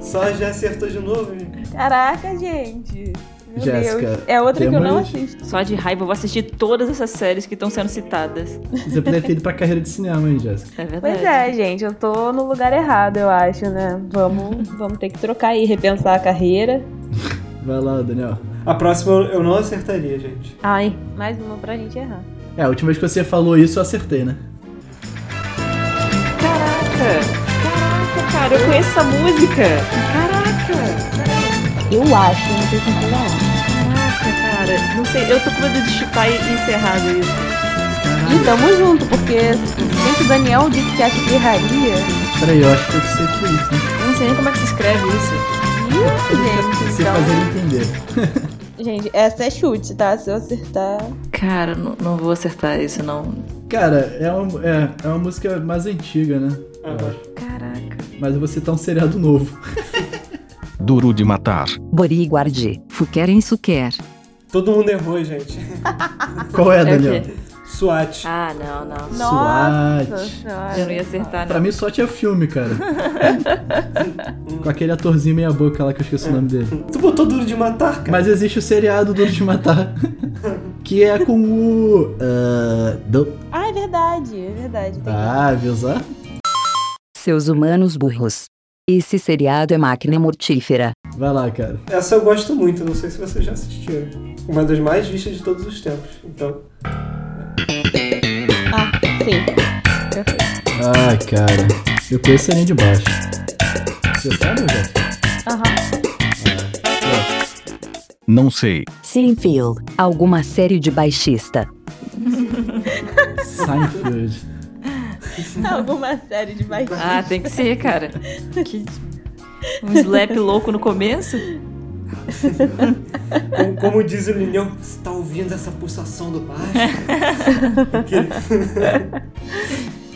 Só já acertou de novo, gente. Caraca, gente. Meu Jéssica, Deus. É outra que eu não temos- assisto. Só de raiva, eu vou assistir todas essas séries que estão sendo citadas. Você poderia ter ido pra carreira de cinema, hein, Jéssica? É verdade. Pois é, gente, eu tô no lugar errado, eu acho, né? Vamos, vamos ter que trocar e repensar a carreira. Vai lá, Daniel. A próxima eu não acertaria, gente. Ai, mais uma pra gente errar. É, a última vez que você falou isso, eu acertei, né? Caraca. Caraca, cara, eu conheço essa música. Caraca. Eu acho, não sei como falar. Caraca, cara. Não sei, eu tô com medo de chutar e e encerrar isso. E tamo junto, porque sempre o Daniel disse que acha que erraria. Peraí, eu acho que eu sei que é isso, né? Eu não sei nem como é que se escreve isso. Ih, gente, Você então... fazer ele entender. Gente, essa é chute, tá? Se eu acertar... Cara, não, não vou acertar isso, não. Cara, é uma, é, é uma música mais antiga, né? Eu Aham. acho. Caraca. Mas eu vou citar um seriado novo. Duro de matar. Boriguardi. Fuquer em Suquer. Todo mundo errou, gente. Qual é, É o Daniel? quê? SWAT. Ah, não, não. Nossa SWAT. senhora. Eu não ia acertar, Pra não. mim, sorte é filme, cara. Com aquele atorzinho meia-boca lá que eu esqueci o nome dele. Tu botou duro de matar, cara? Mas existe o seriado Duro de Matar, que é com o. ah, do... Ah, é verdade, é verdade. tem Ah, viu só? Seus humanos burros. Esse seriado é máquina mortífera. Vai lá, cara. Essa eu gosto muito, não sei se vocês já assistiram. Uma das mais vistas de todos os tempos. Então, que- Ah, sim. Ah, cara. Eu conheço a linha de baixo. Você sabe, Jéssica? Aham. É, Não sei. Seinfeld. Alguma série de baixista. Seinfeld. Tá Alguma série de mais... Ah, tem que ser, cara. Que Um slap louco no começo? Como, como diz o Lineu, você tá ouvindo essa pulsação do baixo? Aquele-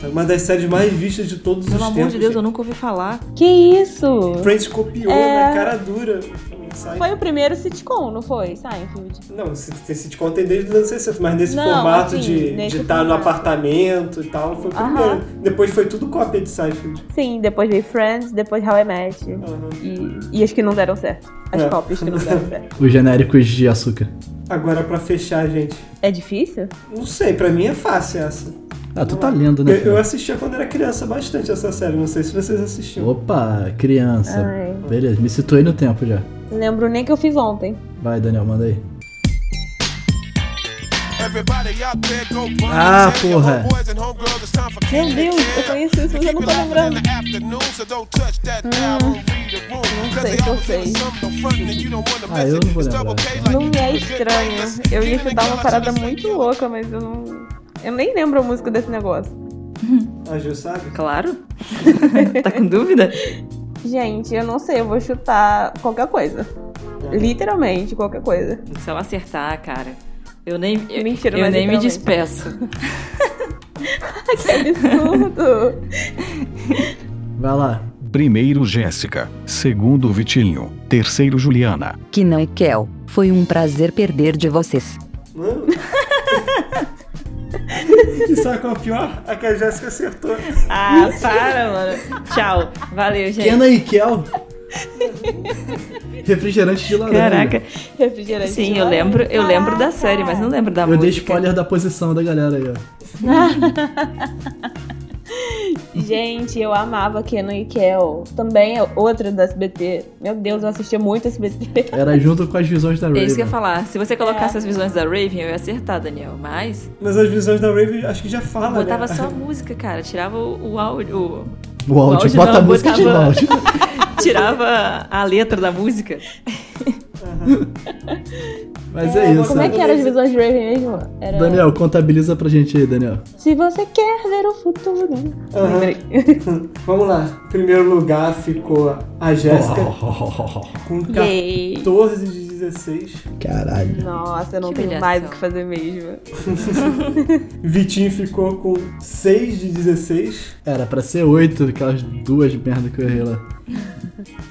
É uma das séries mais vistas de todos os Pelo tempos. amor de Deus, gente. eu nunca ouvi falar. Que isso? Friends copiou É. na cara dura. o Seinfeld. Foi o primeiro sitcom, não foi? Ah, Seinfeld. Não, esse esse sitcom tem desde os anos 60, mas nesse Não, formato assim, de, nesse de estar no formato. apartamento e tal, foi o primeiro. Aham. Depois foi tudo cópia de Seinfeld. Sim, depois veio Friends, depois How I Met. E, e as que não deram certo. As É. cópias que não deram certo. Os genéricos de açúcar. Agora pra fechar, gente. É difícil? Não sei, pra mim é fácil essa. Ah, tu tá lendo, né? Eu, eu cara? assistia quando era criança bastante essa série, não sei se vocês assistiam. Opa, criança. Ai. Beleza, me situei no tempo já. Não lembro nem que eu fiz ontem. Vai, Daniel, manda aí. Ah, porra. Meu Deus, eu conheço isso, mas eu não tô lembrando. Não sei se eu sei. Ah, eu não vou lembrar. Não me é estranho. Eu ia te dar uma parada muito louca, mas eu não. Eu nem lembro a música desse negócio. A Ju sabe? Claro. tá com dúvida? Gente, eu não sei, eu vou chutar qualquer coisa. Literalmente, qualquer coisa. Se eu acertar, cara. Eu nem, eu, Mentira, eu mas nem me literalmente. despeço. que absurdo! Vai lá. Primeiro Jéssica, segundo Vitinho, terceiro Juliana. Que não e Kel, foi um prazer perder de vocês. Mano. e sabe qual é o pior? A que a Jéssica acertou. Ah, para, mano. Tchau. Valeu, gente. Kena e Kel. Refrigerante de laranja. Caraca. Refrigerante. Sim, de eu laranja. lembro, eu lembro da série, mas não lembro da Eu dei música. spoiler da posição da galera aí, ó. Gente, eu amava Kenan e Kel. Também é outra da SBT. Meu Deus, eu assistia muito SBT. Era junto com as visões da É isso que eu Raven. ia falar. Se você colocasse É. as visões da Raven, eu ia acertar, Daniel. Mas Mas as visões da Raven acho que já fala, botava né? só a música, cara. Tirava o, o áudio. O áudio, áudio bota não, a música de botava- áudio. o- Tirava a letra da música. Mas é, isso. Como é que era as visões de Raven mesmo? é? Era. Daniel, contabiliza pra gente aí, Daniel. Se você quer ver o futuro. Aham. Lembrei. Vamos lá. Em primeiro lugar ficou a Jéssica com Tá. 14 Yay. de 16. Caralho. Nossa, eu não Que tenho humilhação. mais o que fazer mesmo. Vitinho ficou com 6 de 16. Era pra ser oito, aquelas duas merda que eu errei lá.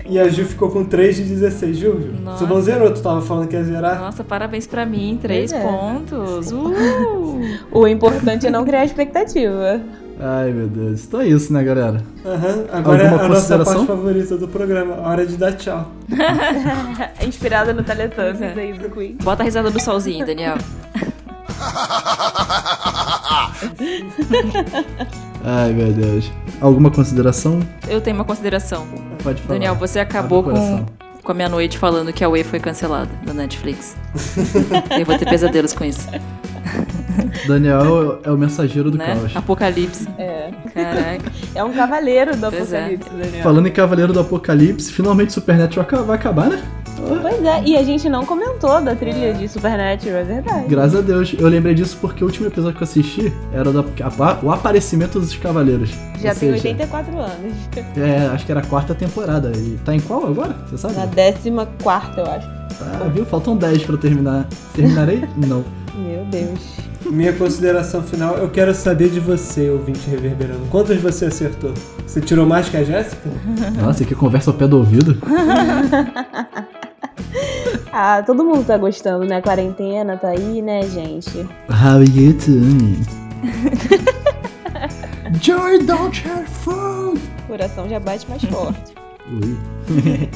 E a Ju ficou com 3 de 16, Ju. Ju? Nossa. Você não zerou, tu tava falando que ia zerar? Nossa, parabéns pra mim. Três Pois é. pontos. Uh! O importante é não criar expectativa. Ai, meu Deus. Então é isso, né, galera? Aham. Agora é Alguma a nossa consideração? parte favorita do programa. A hora de dar tchau. É Inspirada no Teletubbies Pois é. aí do Queen. Bota a risada do solzinho, Daniel. Ai, meu Deus. Alguma consideração? Eu tenho uma consideração. Pode falar. Daniel, você acabou Abre o coração. com, com a minha noite falando que a Way foi cancelada da Netflix. Eu vou ter pesadelos com isso. Daniel é o- é o mensageiro do né? caos. Apocalipse. É. Caraca. É um cavaleiro do Pois é. apocalipse, Daniel. Falando em Cavaleiro do Apocalipse, finalmente Supernatural aca- vai acabar, né? Pois é, e a gente não comentou da trilha de Supernatural, é verdade. Graças a Deus. Eu lembrei disso porque o último episódio que eu assisti era do, apa- o aparecimento dos cavaleiros. Já Ou tem seja, 84 anos. É, acho que era a quarta temporada. E tá em qual agora? Você sabe? Na 14, eu acho. Ah, viu? Faltam 10 pra eu terminar. Terminarei? Não. Meu Deus. Minha consideração final, eu quero saber de você, ouvinte reverberando. Quantas você acertou? Você tirou mais que a Jéssica? Nossa, que conversa ao pé do ouvido. Ah, todo mundo tá gostando, né? A quarentena tá aí, né, gente? How you doing? Joy, don't have fun! O coração já bate mais forte. Ui.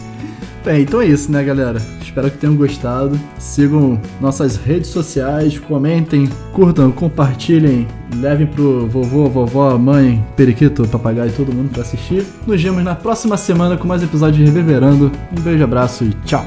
Bem, então é isso, né, galera? Espero que tenham gostado. Sigam nossas redes sociais, comentem, curtam, compartilhem, levem pro vovô, vovó, mãe, periquito, papagaio, todo mundo pra assistir. Nos vemos na próxima semana com mais episódio de Reverberando. Um beijo, abraço e tchau!